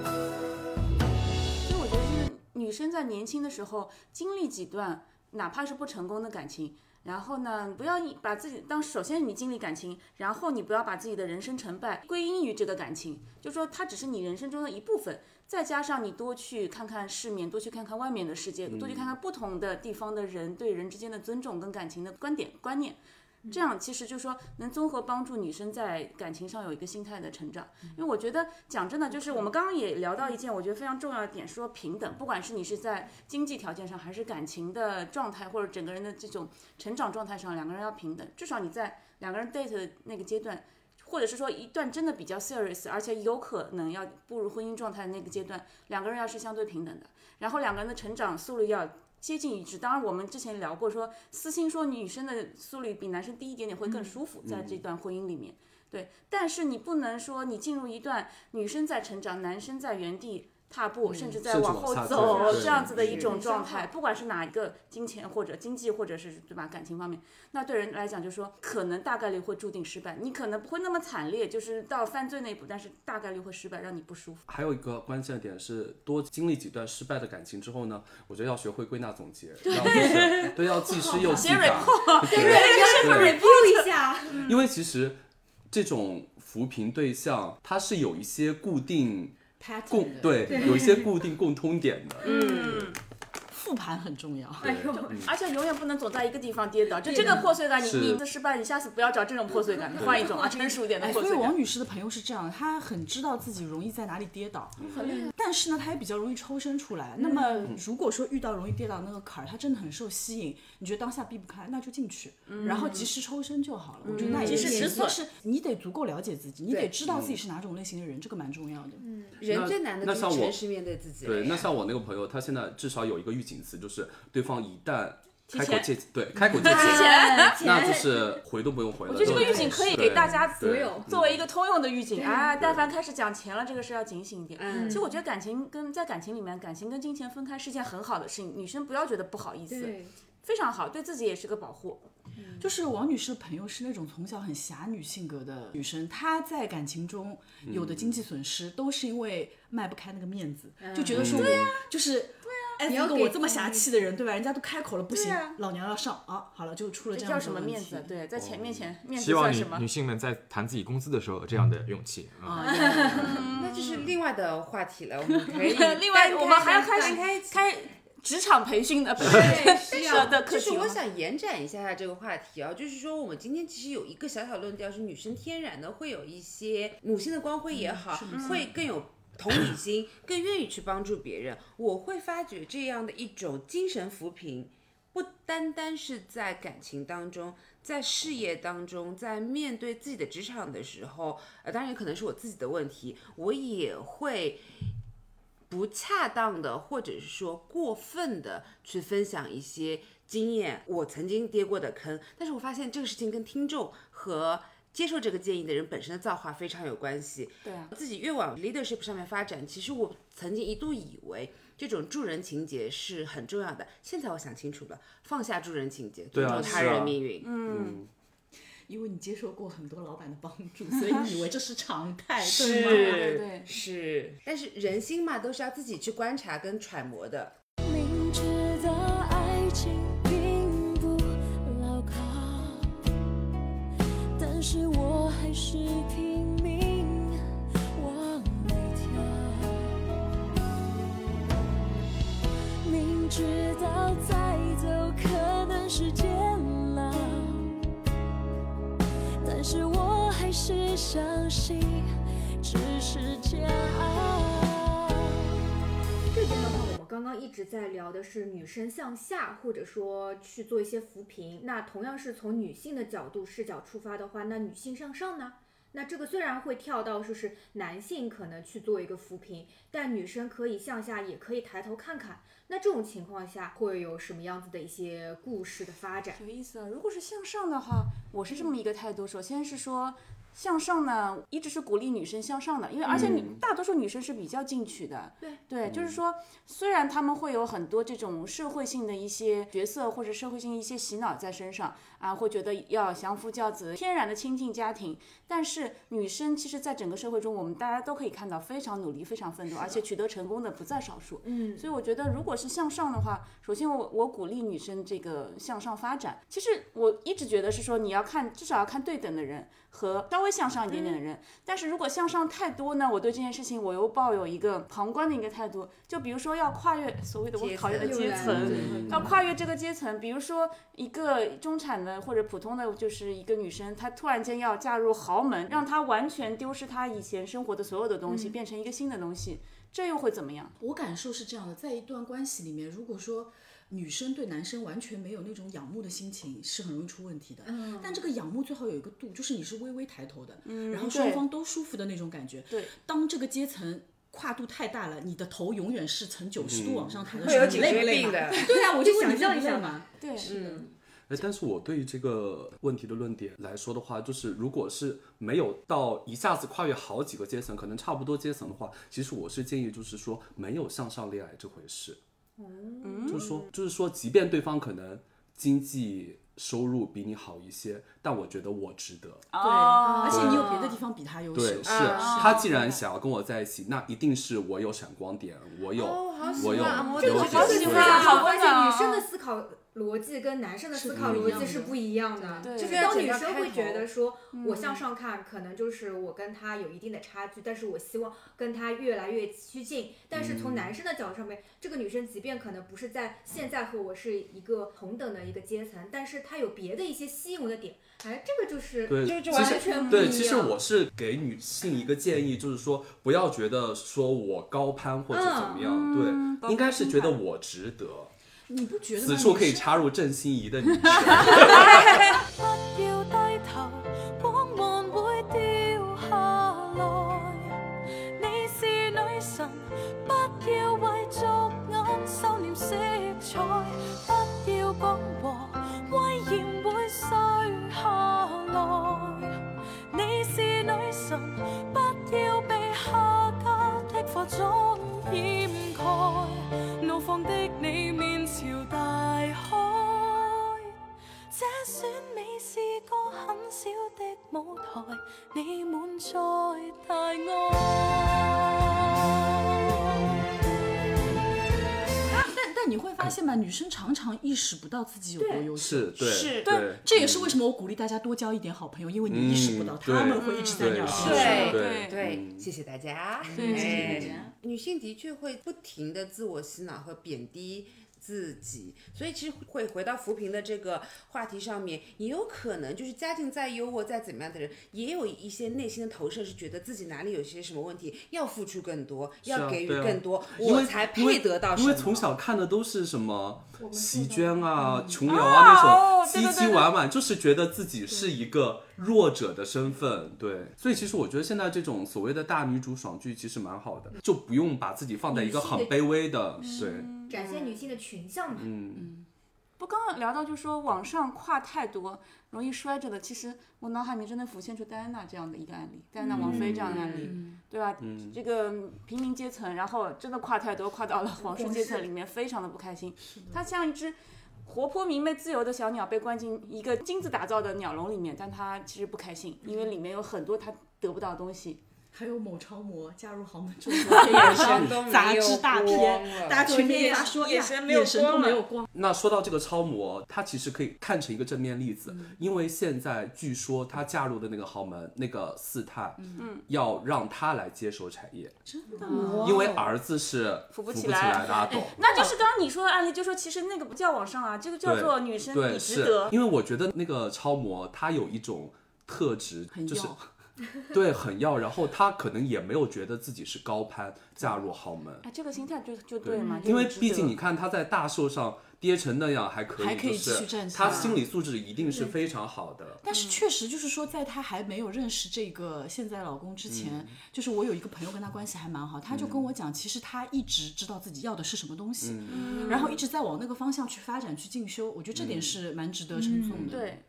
[SPEAKER 1] 所以我觉得就是女生在年轻的时候经历几段，哪怕是不成功的感情，然后呢，不要你把自己当首先你经历感情，然后你不要把自己的人生成败归因于这个感情，就说它只是你人生中的一部分。再加上你多去看看世面，多去看看外面的世界，多去看看不同的地方的人对人之间的尊重跟感情的观点观念，这样其实就说能综合帮助女生在感情上有一个心态的成长。因为我觉得讲真的，就是我们刚刚也聊到一件我觉得非常重要的点，说平等，不管是你是在经济条件上，还是感情的状态，或者整个人的这种成长状态上，两个人要平等。至少你在两个人 date 的那个阶段。或者是说一段真的比较 serious，而且有可能要步入婚姻状态的那个阶段，两个人要是相对平等的，然后两个人的成长速率要接近一致。当然，我们之前聊过说，私心说女生的速率比男生低一点点会
[SPEAKER 5] 嗯
[SPEAKER 1] 更舒服，在这段婚姻里面。对，但是你不能说你进入一段女生在成长，男生在原地踏步，甚至
[SPEAKER 5] 嗯
[SPEAKER 1] 在
[SPEAKER 5] 甚至
[SPEAKER 1] 往
[SPEAKER 5] 往
[SPEAKER 1] 后
[SPEAKER 5] 下
[SPEAKER 1] 走
[SPEAKER 5] 走
[SPEAKER 1] 这样子的
[SPEAKER 5] 对
[SPEAKER 1] 一种
[SPEAKER 4] 是
[SPEAKER 1] 状
[SPEAKER 4] 是
[SPEAKER 1] 态，不管是哪一个金钱或者经济或者是对吧感情方面，那对人来讲就是说可能大概率会注定失败。你可能不会那么惨烈，就是到犯罪那一步，但是大概率会失败，让你不舒服。
[SPEAKER 5] 还有一个关键点是，多经历几段失败的感情之后呢，我觉得要学会归纳总结，对，对，要记失又记
[SPEAKER 1] 先
[SPEAKER 5] 感，
[SPEAKER 4] 要 review 一下，
[SPEAKER 5] 因为其实这种扶贫对象，它是有一些固定
[SPEAKER 7] pattern
[SPEAKER 5] 共
[SPEAKER 7] 的
[SPEAKER 5] 对，有一些固定共通点的，
[SPEAKER 7] 复盘很重要。
[SPEAKER 4] 哎呦，
[SPEAKER 1] 而且永远不能总在一个地方跌倒，就这个破碎感，你
[SPEAKER 5] 是
[SPEAKER 1] 你的失败，你下次不要找这种破碎感，换一种啊成熟一点的
[SPEAKER 7] 哎，
[SPEAKER 1] 破
[SPEAKER 7] 所以
[SPEAKER 1] 碎感
[SPEAKER 7] 王。女士的朋友是这样，她很知道自己容易在哪里跌倒，
[SPEAKER 1] 嗯
[SPEAKER 7] 但是呢，她也比较容易抽身出来。那么如果说遇到容易跌倒那个坎儿，她真的很受吸引，你觉得当下避不开，那就进去，然后及时抽身就好了。我觉得那也
[SPEAKER 1] 嗯及时
[SPEAKER 7] 是
[SPEAKER 1] 止损
[SPEAKER 7] 但是你得足够了解自己，你得知道自己是哪种类型的人，这个蛮重要的。
[SPEAKER 3] 人最难的
[SPEAKER 5] 那
[SPEAKER 3] 就是
[SPEAKER 5] 像我
[SPEAKER 3] 诚实面对自己。
[SPEAKER 5] 对，那像我那个朋友，他现在至少有一个预警词，就是对方一旦开口
[SPEAKER 1] 前
[SPEAKER 5] 借，对，开口借
[SPEAKER 1] 提
[SPEAKER 5] 钱，
[SPEAKER 1] 前，
[SPEAKER 5] 那就是回都不用回了。
[SPEAKER 1] 我觉得这个
[SPEAKER 5] 对
[SPEAKER 1] 预警可以
[SPEAKER 5] 对
[SPEAKER 1] 给大家
[SPEAKER 5] 对
[SPEAKER 1] 作为一个通用的预警啊，但凡开始讲钱了，这个事要警醒一点。
[SPEAKER 3] 嗯
[SPEAKER 1] 其实我觉得感情跟在感情里面，感情跟金钱分开是件很好的事情，女生不要觉得不好意思，
[SPEAKER 4] 对，
[SPEAKER 1] 非常好，对自己也是个保护。
[SPEAKER 7] 就是王女士的朋友是那种从小很侠女性格的女生，她在感情中有的经济损失都是因为迈不开那个面子，就觉得说我就是。哎，
[SPEAKER 4] 你要
[SPEAKER 7] 一个
[SPEAKER 4] 给
[SPEAKER 7] 我这么侠气的人，对吧？人家都开口了，不行，
[SPEAKER 1] 对啊
[SPEAKER 7] 老娘要上啊！好了，就出了这样的
[SPEAKER 1] 要什么
[SPEAKER 7] 问
[SPEAKER 1] 面
[SPEAKER 7] 题
[SPEAKER 1] 子？对，啊在钱面前，面子
[SPEAKER 6] 希望
[SPEAKER 1] 算
[SPEAKER 6] 女
[SPEAKER 1] 什么嗯
[SPEAKER 6] 女？性们在谈自己工资的时候有这样的勇气
[SPEAKER 7] 啊，
[SPEAKER 6] 啊。
[SPEAKER 7] 要
[SPEAKER 3] 那这是另外的话题了，我们可以
[SPEAKER 1] [laughs] 另外
[SPEAKER 3] 单
[SPEAKER 1] 我们还要开
[SPEAKER 3] 展
[SPEAKER 1] 始
[SPEAKER 3] 开讲
[SPEAKER 1] 开职场培训的
[SPEAKER 3] 是
[SPEAKER 1] 社 [laughs] 的
[SPEAKER 3] 就
[SPEAKER 1] 课
[SPEAKER 3] 是
[SPEAKER 1] 题吗
[SPEAKER 3] 我想延展一下这个话题啊，就是说我们今天其实有一个小小论调，是女生天然的会有一些母性的光辉
[SPEAKER 1] 嗯
[SPEAKER 3] 也好，会更有。同理心更愿意去帮助别人，我会发觉这样的一种精神扶贫，不单单是在感情当中，在事业当中，在面对自己的职场的时候，呃，当然也可能是我自己的问题，我也会不恰当的，或者是说过分的去分享一些经验，我曾经跌过的坑。但是我发现这个事情跟听众和接受这个建议的人本身的造化非常有关系。
[SPEAKER 1] 对啊，
[SPEAKER 3] 自己越往 leadership 上面发展，其实我曾经一度以为这种助人情节是很重要的，现在我想清楚了，放下助人情节，
[SPEAKER 5] 对
[SPEAKER 3] 尊
[SPEAKER 5] 啊
[SPEAKER 3] 重他
[SPEAKER 5] 是啊
[SPEAKER 3] 人命运。
[SPEAKER 1] 嗯
[SPEAKER 7] 因为你接受过很多老板的帮助，所以你以为这是常态，对
[SPEAKER 3] 是
[SPEAKER 7] 吗？
[SPEAKER 1] 对
[SPEAKER 3] 是，但是人心嘛，都是要自己去观察跟揣摩的。
[SPEAKER 8] 明知道爱情并不牢靠，但是我还是拼命往里跳。明知道再走可能是监牢，但是我还是相信只是煎熬。
[SPEAKER 4] 这节的话，我们刚刚一直在聊的是女生向下，或者说去做一些扶贫。那同样是从女性的角度视角出发的话，那女性向上呢？那这个虽然会跳到说是男性可能去做一个扶贫，但女生可以向下，也可以抬头看看。那这种情况下会有什么样子的一些故事的发展？
[SPEAKER 1] 有意思啊！如果是向上的话，我是这么一个态度。首先是说，向上呢，一直是鼓励女生向上的，因为而且女、大多数女生是比较进取的。
[SPEAKER 4] 对
[SPEAKER 1] 对，就是说，虽然她们会有很多这种社会性的一些角色或者社会性一些洗脑在身上啊，会觉得要降夫教子，天然的亲近家庭，但是女生其实，在整个社会中，我们大家都可以看到非常努力、非常奋斗，而且取得成功的不在少数。
[SPEAKER 4] 嗯，
[SPEAKER 1] 所以我觉得，如果是向上的话，首先我我鼓励女生这个向上发展。其实我一直觉得是说，你要看至少要看对等的人和稍微向上一点点的人。但是如果向上太多呢，我对这件事情我又抱有一个旁观的一个态度。就比如说要跨越所谓的我
[SPEAKER 3] 阶
[SPEAKER 1] 考虑的
[SPEAKER 3] 层
[SPEAKER 1] 阶层，
[SPEAKER 5] 嗯
[SPEAKER 1] 要跨越这个阶层，比如说一个中产的或者普通的，就是一个女生，她突然间要嫁入豪门，让她完全丢失她以前生活的所有的东西，变成一个新的东西，这又会怎么样？
[SPEAKER 7] 我感受是这样的，在一段关系里面，如果说女生对男生完全没有那种仰慕的心情，是很容易出问题的。嗯，但这个仰慕最好有一个度，就是你是微微抬头的，嗯、然后双
[SPEAKER 1] 对
[SPEAKER 7] 方都舒服的那种感觉。
[SPEAKER 1] 对，
[SPEAKER 7] 当这个阶层。跨度太大了，你的头永远是呈九十
[SPEAKER 5] 嗯
[SPEAKER 7] 度往上抬的
[SPEAKER 2] 会
[SPEAKER 7] 时候，
[SPEAKER 2] 有
[SPEAKER 7] 你
[SPEAKER 2] 颈
[SPEAKER 7] 累
[SPEAKER 2] 椎
[SPEAKER 7] 不累
[SPEAKER 2] 病
[SPEAKER 7] 嘛
[SPEAKER 2] 的
[SPEAKER 7] 对啊，我就问你
[SPEAKER 4] 想象
[SPEAKER 7] 累不
[SPEAKER 4] 一
[SPEAKER 7] 累
[SPEAKER 4] 下
[SPEAKER 7] 嘛。
[SPEAKER 1] 对，
[SPEAKER 5] 哎，但是我对于这个问题的论点来说的话，就是如果是没有到一下子跨越好几个阶层，可能差不多阶层的话，其实我是建议就是说没有向上恋爱这回事。
[SPEAKER 1] 哦
[SPEAKER 5] 嗯，就是说，就是说，即便对方可能经济收入比你好一些，但我觉得我值得。
[SPEAKER 7] 对，
[SPEAKER 1] 哦
[SPEAKER 7] 而且你有别的地方比他优秀
[SPEAKER 5] 嗯对，。是他既然想要跟我在一起，那一定是我有闪光点，我有，我有，
[SPEAKER 2] 欢
[SPEAKER 5] 我
[SPEAKER 2] 这个
[SPEAKER 5] 有
[SPEAKER 2] 我
[SPEAKER 5] 点
[SPEAKER 2] 好喜
[SPEAKER 5] 对
[SPEAKER 2] 欢啊
[SPEAKER 4] 好
[SPEAKER 1] 温
[SPEAKER 4] 而且
[SPEAKER 1] 暖
[SPEAKER 4] 女生的思考逻辑跟男生的思考逻辑是不一样的。
[SPEAKER 1] 对
[SPEAKER 4] 就是
[SPEAKER 2] 对
[SPEAKER 4] 当
[SPEAKER 2] 这
[SPEAKER 4] 女
[SPEAKER 2] 个要
[SPEAKER 4] 生会
[SPEAKER 2] 开头嗯
[SPEAKER 4] 觉得说，我向上看，可能就是我跟他有一定的差距，但是我希望跟他越来越趋近。但是从男生的角度上面，这个女生即便可能不是在现在和我是一个同等的一个阶层，但是她有别的一些吸引我的点。哎，这个就是
[SPEAKER 5] 对，
[SPEAKER 2] 就是
[SPEAKER 5] 其实
[SPEAKER 2] 完全不一
[SPEAKER 5] 对，
[SPEAKER 2] 样
[SPEAKER 5] 其
[SPEAKER 4] 啊
[SPEAKER 5] 实我是给女性一个建议，就是说不要觉得说我高攀或者怎么样，对，应该是觉得我值得。
[SPEAKER 7] 你不觉得吗
[SPEAKER 5] 此处
[SPEAKER 7] 女
[SPEAKER 5] 可以
[SPEAKER 7] 生
[SPEAKER 5] 插入郑欣宜的女神，
[SPEAKER 8] 不要低头，光芒会掉下来。你是女神，不要为俗眼收敛色彩，不要讲和，威严会衰下来。你是女神，不要被下架的化妆掩盖，怒放的你面朝大海。这选美是个很小的舞台，你满载大爱。
[SPEAKER 7] 但但你会发现吧，女生常常意识不到自己有多优秀。
[SPEAKER 5] 是对
[SPEAKER 2] 是
[SPEAKER 5] 对，
[SPEAKER 7] 这也是为什么我鼓励大家多交一点好朋友，因为你意识不到，
[SPEAKER 5] 嗯
[SPEAKER 7] 他们会一直在
[SPEAKER 5] 对
[SPEAKER 7] 那儿
[SPEAKER 5] 是
[SPEAKER 7] 吸收
[SPEAKER 2] 对
[SPEAKER 1] 对
[SPEAKER 3] 对，
[SPEAKER 5] 嗯
[SPEAKER 3] 谢谢大家。
[SPEAKER 1] 对谢
[SPEAKER 3] 哎
[SPEAKER 1] 谢大家
[SPEAKER 3] 女性的确会不停的自我洗脑和贬低。自己，所以其实会回到扶贫的这个话题上面，也有可能就是家境再优渥再怎么样的人，也有一些内心的投射，是觉得自己哪里有些什么问题，要付出更多，要给予
[SPEAKER 5] 对啊
[SPEAKER 3] 更多，
[SPEAKER 5] 因
[SPEAKER 3] 我
[SPEAKER 5] 为
[SPEAKER 3] 才
[SPEAKER 5] 因为
[SPEAKER 3] 配得到什
[SPEAKER 5] 因
[SPEAKER 3] 么。嗯
[SPEAKER 5] 为从小看的都是什么席绢啊、琼瑶啊那种
[SPEAKER 1] 哦对
[SPEAKER 5] 唧
[SPEAKER 1] 对对
[SPEAKER 5] 唧
[SPEAKER 1] 对
[SPEAKER 5] 婉婉，就是觉得自己是一个弱者的身份。对，所以其实我觉得现在这种所谓的大女主爽剧其实蛮好的，就不用把自己放在
[SPEAKER 3] 嗯
[SPEAKER 5] 一个很卑微的，对，
[SPEAKER 4] 展现女性的群像嘛。
[SPEAKER 5] 嗯，
[SPEAKER 1] 不，刚刚聊到就说网上跨太多，容易摔着的。其实我脑海里面真的浮现出戴安娜这样的一个案例，戴
[SPEAKER 5] 嗯
[SPEAKER 1] 安娜王妃这样的案例，对吧？这个平民阶层，然后真的跨太多，跨到了皇室阶层里面，非常的不开心。她像一只活泼明媚、自由的小鸟，被关进一个金子打造的鸟笼里面，但她其实不开心，因为里面有很多她得不到的东西。
[SPEAKER 7] 还有某超模嫁入豪门之后，眼
[SPEAKER 3] 神都没有
[SPEAKER 7] 杂志大
[SPEAKER 3] 光
[SPEAKER 7] 片，
[SPEAKER 3] 了
[SPEAKER 7] 大家群里发说哎
[SPEAKER 2] 眼
[SPEAKER 7] 呀
[SPEAKER 2] 神没有
[SPEAKER 7] 眼神都
[SPEAKER 2] 光
[SPEAKER 7] 没
[SPEAKER 2] 了
[SPEAKER 7] 有光，
[SPEAKER 5] 那说到这个超模，她其实可以看成一个正面例子，
[SPEAKER 3] 嗯
[SPEAKER 5] 因为现在据说她嫁入的那个豪门，那个四太，嗯，要让她来接手产业，
[SPEAKER 7] 真的吗？
[SPEAKER 5] 因为儿子是
[SPEAKER 1] 哦扶不
[SPEAKER 5] 不
[SPEAKER 1] 起
[SPEAKER 5] 起
[SPEAKER 1] 来哎
[SPEAKER 5] 来的啊阿斗。
[SPEAKER 1] 那就是刚刚你说的案例，就说其实那个不叫网上啊，这个叫
[SPEAKER 5] 对
[SPEAKER 1] 做女生
[SPEAKER 5] 对，
[SPEAKER 1] 你值得
[SPEAKER 5] 是。因为我觉得那个超模她有一种特质
[SPEAKER 7] 很，
[SPEAKER 5] 就是
[SPEAKER 7] 要
[SPEAKER 5] [laughs] 对很要，然后她可能也没有觉得自己是高攀嫁入豪门，
[SPEAKER 1] 哎，这个心态就就对嘛，就
[SPEAKER 5] 因为
[SPEAKER 1] 是值
[SPEAKER 5] 毕
[SPEAKER 1] 得
[SPEAKER 5] 竟你看她在大秀上跌成那样还可以，
[SPEAKER 7] 还可以
[SPEAKER 5] 就是
[SPEAKER 7] 继续站起来
[SPEAKER 5] 她心理素质一定是非常好的。
[SPEAKER 7] 但是确实就是说，在她还没有认识这个现在老公之前，
[SPEAKER 5] 嗯
[SPEAKER 7] 就是我有一个朋友跟她关系还蛮好，她就跟我讲，其实她一直知道自己要的是什么东西，
[SPEAKER 5] 嗯
[SPEAKER 7] 然后一直在往那个方向去发展去进修，我觉得这点是蛮值得称颂的。
[SPEAKER 1] 嗯对，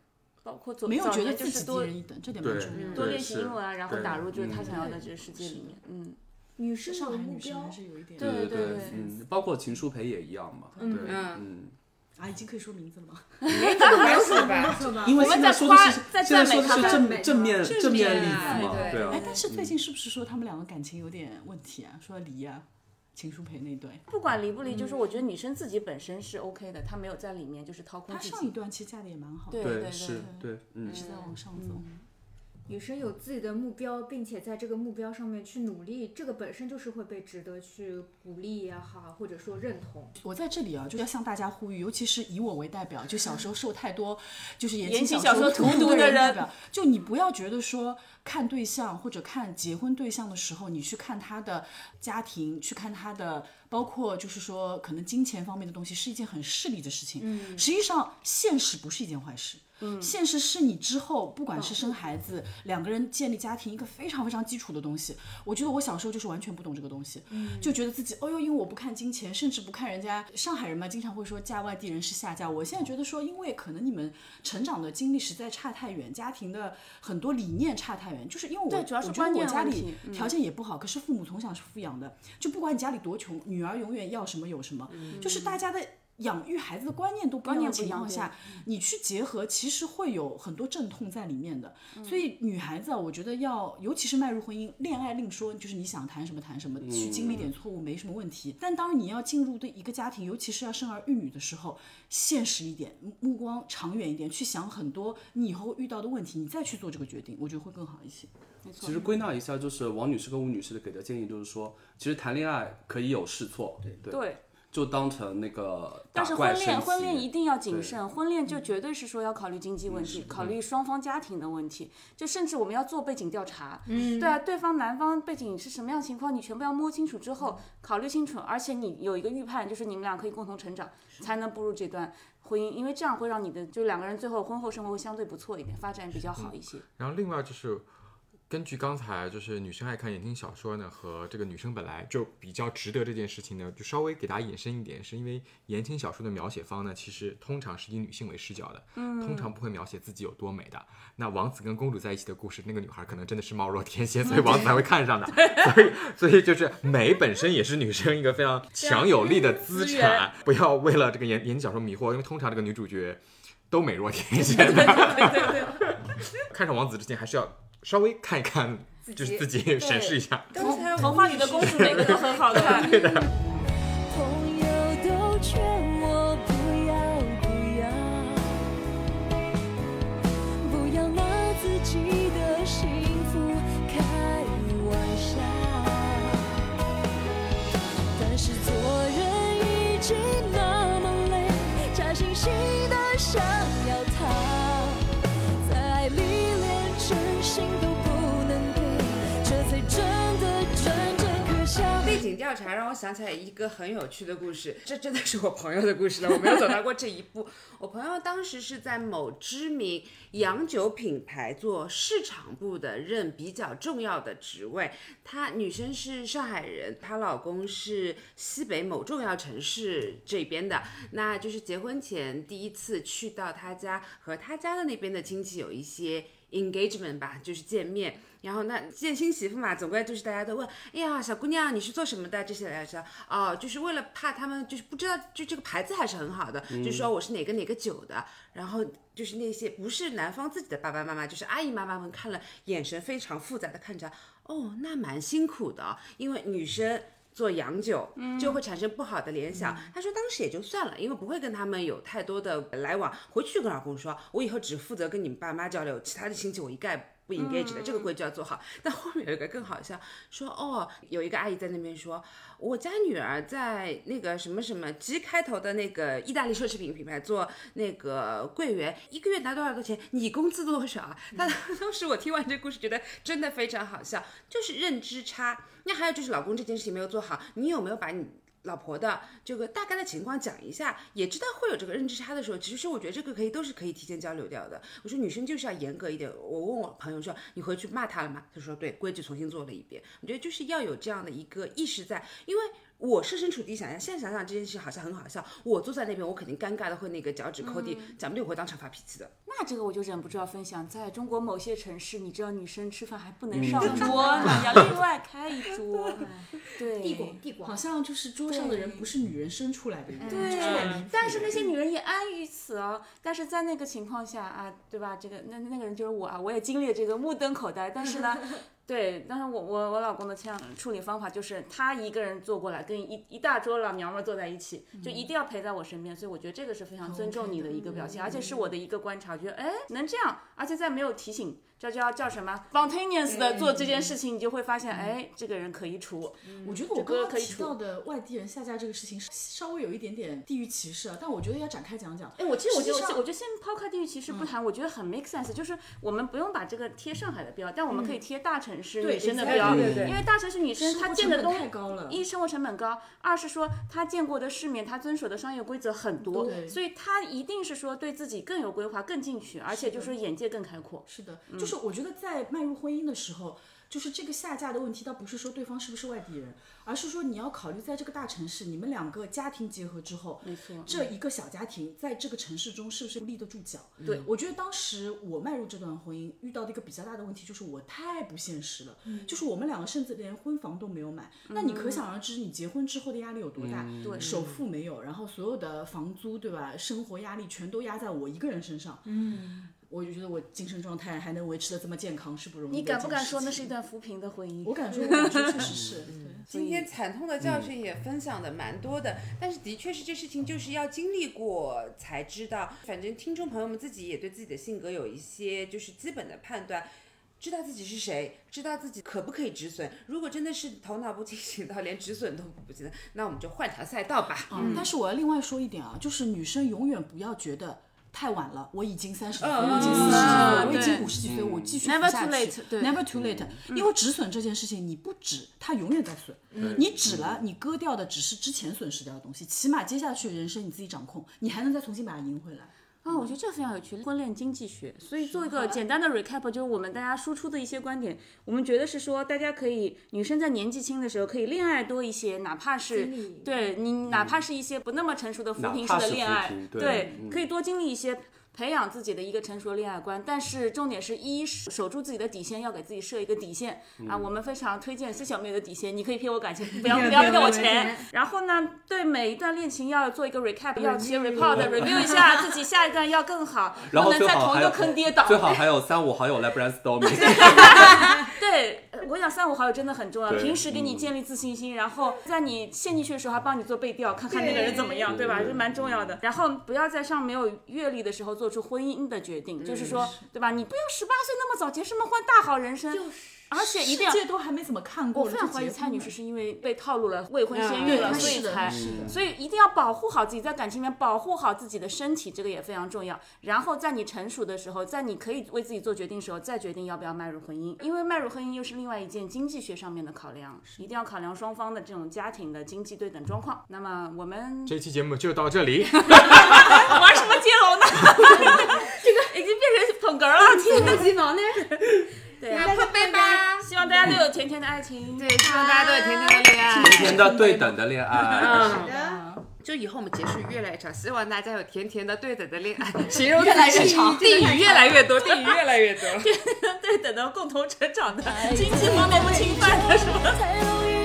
[SPEAKER 1] 包括走
[SPEAKER 7] 没有
[SPEAKER 1] 早
[SPEAKER 7] 觉得
[SPEAKER 1] 年就
[SPEAKER 7] 自己
[SPEAKER 1] 是
[SPEAKER 7] 低
[SPEAKER 1] 多
[SPEAKER 7] 人一等，这点蛮
[SPEAKER 5] 对
[SPEAKER 7] 重要的。
[SPEAKER 1] 多
[SPEAKER 5] 对
[SPEAKER 1] 练习
[SPEAKER 5] 是
[SPEAKER 1] 英文啊，然后
[SPEAKER 5] 对
[SPEAKER 1] 打入就是他
[SPEAKER 5] 嗯
[SPEAKER 1] 想要的这个世界里面，嗯，
[SPEAKER 4] 女生
[SPEAKER 7] 上
[SPEAKER 4] 有
[SPEAKER 7] 海
[SPEAKER 4] 目
[SPEAKER 7] 女生
[SPEAKER 4] 标
[SPEAKER 7] 还，是有一点，
[SPEAKER 1] 对
[SPEAKER 5] 对
[SPEAKER 1] 对对
[SPEAKER 5] 嗯，包括秦舒培也一样嘛，对，嗯，
[SPEAKER 7] 啊，已经可以说名字了吗？
[SPEAKER 4] 哎
[SPEAKER 2] 没有什么，
[SPEAKER 5] 因为
[SPEAKER 1] 我们
[SPEAKER 5] 现
[SPEAKER 1] 在
[SPEAKER 5] 在说的
[SPEAKER 1] 夸
[SPEAKER 5] 是
[SPEAKER 1] 在
[SPEAKER 5] 现在
[SPEAKER 1] 赞
[SPEAKER 5] 说的
[SPEAKER 1] 美他
[SPEAKER 5] 是
[SPEAKER 1] 们
[SPEAKER 5] 正正面
[SPEAKER 2] 正
[SPEAKER 5] 正面
[SPEAKER 2] 面
[SPEAKER 5] 例
[SPEAKER 2] 啊
[SPEAKER 5] 子嘛，
[SPEAKER 2] 对
[SPEAKER 5] 对啊
[SPEAKER 7] [laughs] 哎，，但是最
[SPEAKER 1] 嗯
[SPEAKER 7] 近是不是说他们两个感情有点问题啊？说离啊，秦舒培那对，
[SPEAKER 1] 不管离不离，
[SPEAKER 7] 嗯
[SPEAKER 1] 就是我觉得女生自己本身是 OK 的，她没有在里面就是掏空
[SPEAKER 7] 他
[SPEAKER 1] 自
[SPEAKER 7] 上一
[SPEAKER 1] 己。
[SPEAKER 7] 段其实嫁的也蛮好的，
[SPEAKER 1] 对
[SPEAKER 5] 对
[SPEAKER 1] 对
[SPEAKER 5] 是，对，嗯
[SPEAKER 7] 一。直在往上走。
[SPEAKER 4] 女生有自己的目标，并且在这个目标上面去努力，这个本身就是会被值得去鼓励也好，或者说认同。
[SPEAKER 7] 我在这里啊，就要向大家呼吁，尤其是以我为代表，就小时候受太多就是言
[SPEAKER 1] 言
[SPEAKER 7] 情
[SPEAKER 1] 情小
[SPEAKER 7] 说
[SPEAKER 1] 说荼毒
[SPEAKER 7] 的
[SPEAKER 1] 的
[SPEAKER 7] 人代
[SPEAKER 1] 人
[SPEAKER 7] 表，就你不要觉得说看对象或者看结婚对象的时候，你去看他的家庭，去看他的包括就是说可能金钱方面的东西，是一件很势利的事情。嗯，实际上现实不是一件坏事。嗯，现实是你之后不管
[SPEAKER 1] 嗯
[SPEAKER 7] 是生孩子，两个人建立家庭，一个非常非常基础的东西。我觉得我小时候就是完全不懂这个东西，
[SPEAKER 1] 嗯
[SPEAKER 7] 就觉得自己哦哟，因为我不看金钱，甚至不看人家上海人嘛，经常会说嫁外地人是下嫁。我现在觉得说，因为可能你们成长的经历实在差太远，家庭的很多理念差太远，就是因为我
[SPEAKER 1] 对主要是
[SPEAKER 7] 我觉得
[SPEAKER 1] 观
[SPEAKER 7] 我
[SPEAKER 1] 念
[SPEAKER 7] 家
[SPEAKER 1] 问
[SPEAKER 7] 里
[SPEAKER 1] 题嗯
[SPEAKER 7] 条件也不好，可是父母从小是富养的，就不管你家里多穷，女儿永远要什么有什么，
[SPEAKER 1] 嗯
[SPEAKER 7] 就是大家的。养育孩子的观念都不一样的
[SPEAKER 1] 念不
[SPEAKER 7] 情
[SPEAKER 1] 一样
[SPEAKER 7] 况下，你去结合，其实会有很多阵痛在里面的。
[SPEAKER 1] 嗯
[SPEAKER 7] 所以女孩子啊，我觉得要，尤其是迈入婚姻，恋爱另说，就是你想谈什么谈什么，去经历点
[SPEAKER 1] 嗯
[SPEAKER 7] 错误没什么问题。但当你要进入对一个家庭，尤其是要生儿育女的时候，现实一点，目目光长远一点，去想很多你以后遇到的问题，你再去做这个决定，我觉得会更好一些。
[SPEAKER 5] 其实归纳一下，就是王女士跟吴女士给的建议就是说，其实谈恋爱可以有试错，对对，
[SPEAKER 1] 对，
[SPEAKER 5] 就当成那个打
[SPEAKER 1] 但是
[SPEAKER 5] 怪
[SPEAKER 1] 婚恋
[SPEAKER 5] 升
[SPEAKER 1] 婚恋
[SPEAKER 5] 级
[SPEAKER 1] 一定要
[SPEAKER 5] 对嗯
[SPEAKER 1] 谨慎，婚恋就绝对是说要考虑经济问题，考虑双方家庭的问题，就甚至我们要做背景调查。嗯，对啊，对方男方背景是什么样情况，你全部要摸清楚之后，
[SPEAKER 5] 嗯
[SPEAKER 1] 考虑清楚，而且你有一个预判，就是你们俩可以共同成长，才能步入这段婚姻，因为这样会让你的就两个人最后婚后生活会相对不错一点，发展比较
[SPEAKER 5] 嗯
[SPEAKER 1] 好一些。
[SPEAKER 6] 然后另外就是。根据刚才就是女生爱看言情小说呢，和这个女生本来就比较值得这件事情呢，就稍微给大家引申一点，是因为言情小说的描写方呢，其实通常是以女性为视角的，通常不会描写自己有多美的。那王子跟公主在一起的故事，那个女孩可能真的是貌若天仙，所以王子才会看上的。所以，所以就是美本身也是女生一个非常强有力的资
[SPEAKER 1] 资源
[SPEAKER 6] 产，不要为了这个言言情小说迷惑，因为通常这个女主角都美若天仙的。看上王子之前，还是要稍微看一看，就是自己审视一下。
[SPEAKER 2] 刚才
[SPEAKER 1] 童话里的公主每个都很好看，
[SPEAKER 8] 朋友都劝我不要不要，不要拿自己的幸福开玩笑。但是做人已经那么累，假惺惺的想要逃，在爱里连真心都不能给，这才真的真正可笑。
[SPEAKER 3] 背景调查让我想起来一个很有趣的故事，这真的是我朋友的故事了，我没有走到过这一步。我朋友当时是在某知名洋酒品牌做市场部的任比较重要的职位，她女生是上海人，她老公是西北某重要城市这边的，那就是结婚前第一次去到她家，和她家的那边的亲戚有一些 engagement 吧，就是见面。然后那见新媳妇嘛，总归就是大家都问，哎呀，小姑娘你是做什么的？这些来说，哦，就是为了怕他们就是不知道，就这个牌子还是很好的，就说我是哪个哪个酒的。然后就是那些不是男方自己的爸爸妈妈，就是阿姨妈妈们看了，眼神非常复杂的看着，哦，那蛮辛苦的哦，因为女生。做洋酒就会产生不好的联想。她说当时也就算了，因为不会跟他们有太多的呃来往。回去就跟老公说，我以后只负责跟你们爸妈交流，其他的亲戚我一概不 engage 的，这个规矩要做好。 [laughs] 但后面有一个更好笑，说哦，有一个阿姨在那边说，我家女儿在那个什么什么 G 开头的那个意大利奢侈品品牌做那个柜员，一个月拿多少多钱？你工资多少啊？她 [laughs] 当时我听完这故事，觉得真的非常好笑，就是认知差。那还有就是老公这件事情没有做好，你有没有把你？老婆的这个大概的情况讲一下，也知道会有这个认知差的时候，其实我觉得这个可以都是可以提前交流掉的。我说女生就是要严格一点。我问我朋友说你回去骂他了吗？他说对，规矩重新做了一遍。我觉得就是要有这样的一个意识在，因为我设身处地想一下，现在想想这件事好像很好笑。我坐在那边，我肯定尴尬的会那个脚趾抠地，讲不定我会当场发脾气的。
[SPEAKER 1] 那这个我就忍不住要分享，在中国某些城市，你知道女生吃饭还不
[SPEAKER 5] 嗯
[SPEAKER 1] 能
[SPEAKER 5] [laughs]
[SPEAKER 1] 上桌呢，要另外开一桌。对，
[SPEAKER 4] 地广地广
[SPEAKER 7] 好，像就是桌上的人不是女人生出来的一样，嗯就是
[SPEAKER 1] 对
[SPEAKER 7] 买名，
[SPEAKER 1] 但是那些女人也安于此哦。但是在那个情况下啊，对吧？这个那那个人就是我啊，我也经历了这个目瞪口呆。但是呢，对，但是我我我老公的这样处理方法就是，他一个人坐过来，跟一一大桌老娘们儿坐在一起，就一定要陪在我身边。所以我觉得这个是非常尊重你的一个表现，而且是我的一个观察，我觉得哎能这样，而且在没有提醒这叫叫什么 spontaneous 的做这件事情，你就会发现，哎，这个人可以处。
[SPEAKER 7] 我觉得
[SPEAKER 1] 这
[SPEAKER 7] 我刚
[SPEAKER 1] 歌
[SPEAKER 7] 刚
[SPEAKER 1] 可以
[SPEAKER 7] 提
[SPEAKER 1] 出
[SPEAKER 7] 到的外地人下架这个事情是稍微有一点点地域歧视啊，但我觉得要展开讲讲。
[SPEAKER 1] 哎，我其实我觉得，
[SPEAKER 7] 实际上
[SPEAKER 1] 我觉得先抛开地域歧视
[SPEAKER 7] 嗯
[SPEAKER 1] 不谈，我觉得很 make sense，就是我们不用把这个贴上海的标，但我们可
[SPEAKER 7] 嗯
[SPEAKER 1] 以贴大城市女生的标，
[SPEAKER 2] 对对对
[SPEAKER 1] 因为大城市女生她见的东
[SPEAKER 7] 生活成本太高了
[SPEAKER 1] 一生活成本高，二是说她见过的世面，她遵守的商业规则很多，
[SPEAKER 7] 对
[SPEAKER 1] 所以她一定是说对自己更有规划、更进取，而且就是眼界更开阔。
[SPEAKER 7] 是的，就是我觉得在迈入婚姻的时候，就是这个下架的问题，倒不是说对方是不是外地人，而是说你要考虑在这个大城市，你们两个家庭结合之后，
[SPEAKER 1] 没错
[SPEAKER 7] 这一个小家庭在这个城市中是不是立得住脚？
[SPEAKER 1] 对
[SPEAKER 7] 我觉得当时我迈入这段婚姻遇到的一个比较大的问题，就是我太不现实了，
[SPEAKER 1] 嗯
[SPEAKER 7] 就是我们两个甚至连婚房都没有买，那你可想而知，你结婚之后的压力有多大？
[SPEAKER 1] 嗯对
[SPEAKER 7] 首付没有，然后所有的房租对吧，生活压力全都压在我一个人身上，嗯。我就觉得我精神状态还能维持的这么健康是不容易的
[SPEAKER 1] 你
[SPEAKER 7] 一件
[SPEAKER 1] 敢
[SPEAKER 7] 事
[SPEAKER 1] 不
[SPEAKER 7] 情。
[SPEAKER 1] 敢说那是一段扶贫的婚姻？
[SPEAKER 7] 我敢说，我敢说，确实
[SPEAKER 1] [laughs]
[SPEAKER 7] 是。
[SPEAKER 1] 嗯
[SPEAKER 7] 对，
[SPEAKER 3] 今天惨痛的教训也分享的蛮多的，但是的确是这事情就是要经历过才知道。反正听众朋友们自己也对自己的性格有一些就是基本的判断。知道自己是谁，知道自己可不可以止损。如果真的是头脑不清醒到连止损都不记得，那我们就换条赛道吧。
[SPEAKER 7] 嗯，但是我要另外说一点啊，就是女生永远不要觉得太晚了，我已经三十岁，我已经四十岁
[SPEAKER 1] 嗯
[SPEAKER 7] 了，我已经
[SPEAKER 1] 对
[SPEAKER 7] 五十几岁，我继续
[SPEAKER 1] Never
[SPEAKER 7] 下
[SPEAKER 1] too
[SPEAKER 7] 去
[SPEAKER 1] late，对嗯
[SPEAKER 7] Never too late，因为止损这件事情，你不止，它永远在损。
[SPEAKER 1] 嗯
[SPEAKER 7] 你止了，你割掉的只是之前损失掉的东西，起码接下去人生你自己掌控，你还能再重新把它赢回来。
[SPEAKER 1] 啊，我觉得这非常有趣，婚恋经济学。所以做一个简单的 recap，就是我们大家输出的一些观点，我们觉得是说，大家可以女生在年纪轻的时候可以恋爱多一些，哪怕是对你，哪怕是一些不那么成熟的
[SPEAKER 5] 嗯
[SPEAKER 1] 扶
[SPEAKER 5] 哪
[SPEAKER 1] 贫式
[SPEAKER 5] 怕
[SPEAKER 1] 的
[SPEAKER 5] 是
[SPEAKER 1] 恋
[SPEAKER 5] 扶
[SPEAKER 1] 爱
[SPEAKER 5] 贫，对
[SPEAKER 1] 对
[SPEAKER 5] 嗯，
[SPEAKER 1] 可以多经历一些。培养自己的一个成熟的恋爱观，但是重点是一守住自己的底线，要给自己设一个底线、啊。
[SPEAKER 5] 嗯
[SPEAKER 1] 我们非常推荐 C 小妹的底线，你可以骗我
[SPEAKER 5] [laughs]
[SPEAKER 1] 感情，不要不要骗我钱。然后呢，对每一段恋情要做一个 recap，要写 report review 一下自己下一段要更好，
[SPEAKER 5] [laughs] 然后
[SPEAKER 1] 不能
[SPEAKER 5] 最
[SPEAKER 1] 在
[SPEAKER 5] 好
[SPEAKER 1] 同一
[SPEAKER 5] 还
[SPEAKER 1] 个
[SPEAKER 5] 有
[SPEAKER 1] 坑跌倒。
[SPEAKER 5] 最好还有三五好友来
[SPEAKER 1] [laughs]
[SPEAKER 5] brainstorming。
[SPEAKER 1] 对，呃我讲三五好友真的很重要，
[SPEAKER 5] 对
[SPEAKER 1] 平时给你建立自信心，然后在你陷进去的时候还帮你做背调，看看那个人怎么样，对吧？这蛮重要的。然后不要在上没有阅历的时候做出婚姻的决定，就是说，对吧？你不要十八岁那么早结什么婚，大好人生，而且一定要
[SPEAKER 7] 世。界都还没怎么看过，
[SPEAKER 1] 我非常怀疑蔡女士是因为被套路了，未婚先
[SPEAKER 7] 啊对
[SPEAKER 1] 孕了，
[SPEAKER 7] 她
[SPEAKER 1] 所以
[SPEAKER 7] 是的
[SPEAKER 1] 才
[SPEAKER 7] 是的
[SPEAKER 1] 所以一定要保护好自己，在感情里面保护好自己的身体，这个也非常重要。然后在你成熟的时候，在你可以为自己做决定的时候，再决定要不要迈入婚姻，因为迈入婚姻又是另外一件经济学上面的考量，一定要考量双方的这种家庭的经济对等状况。那么我
[SPEAKER 7] [laughs]
[SPEAKER 1] 们
[SPEAKER 6] 这期节目就到这里，
[SPEAKER 1] 玩什么接龙呢？ [laughs] 这个已经变成捧哏了，
[SPEAKER 7] [laughs]
[SPEAKER 1] 天
[SPEAKER 4] 急忙呢？
[SPEAKER 1] 对
[SPEAKER 4] 大家
[SPEAKER 1] 啊，
[SPEAKER 4] 快拜吧！
[SPEAKER 1] 希望大家都有甜甜的爱情。
[SPEAKER 3] 对，希望大家都有甜甜的恋爱。
[SPEAKER 5] 今天的对等的恋
[SPEAKER 1] [laughs]
[SPEAKER 5] 爱，
[SPEAKER 3] 嗯，就以后我们结束越来越长，希望大家有甜甜的对等的恋爱，形容越
[SPEAKER 7] 来越长
[SPEAKER 3] 定语越来越多，定语越来越多。
[SPEAKER 7] 哎
[SPEAKER 1] 对等的共同成长的，经济方面不侵犯的是吧？
[SPEAKER 8] 才容易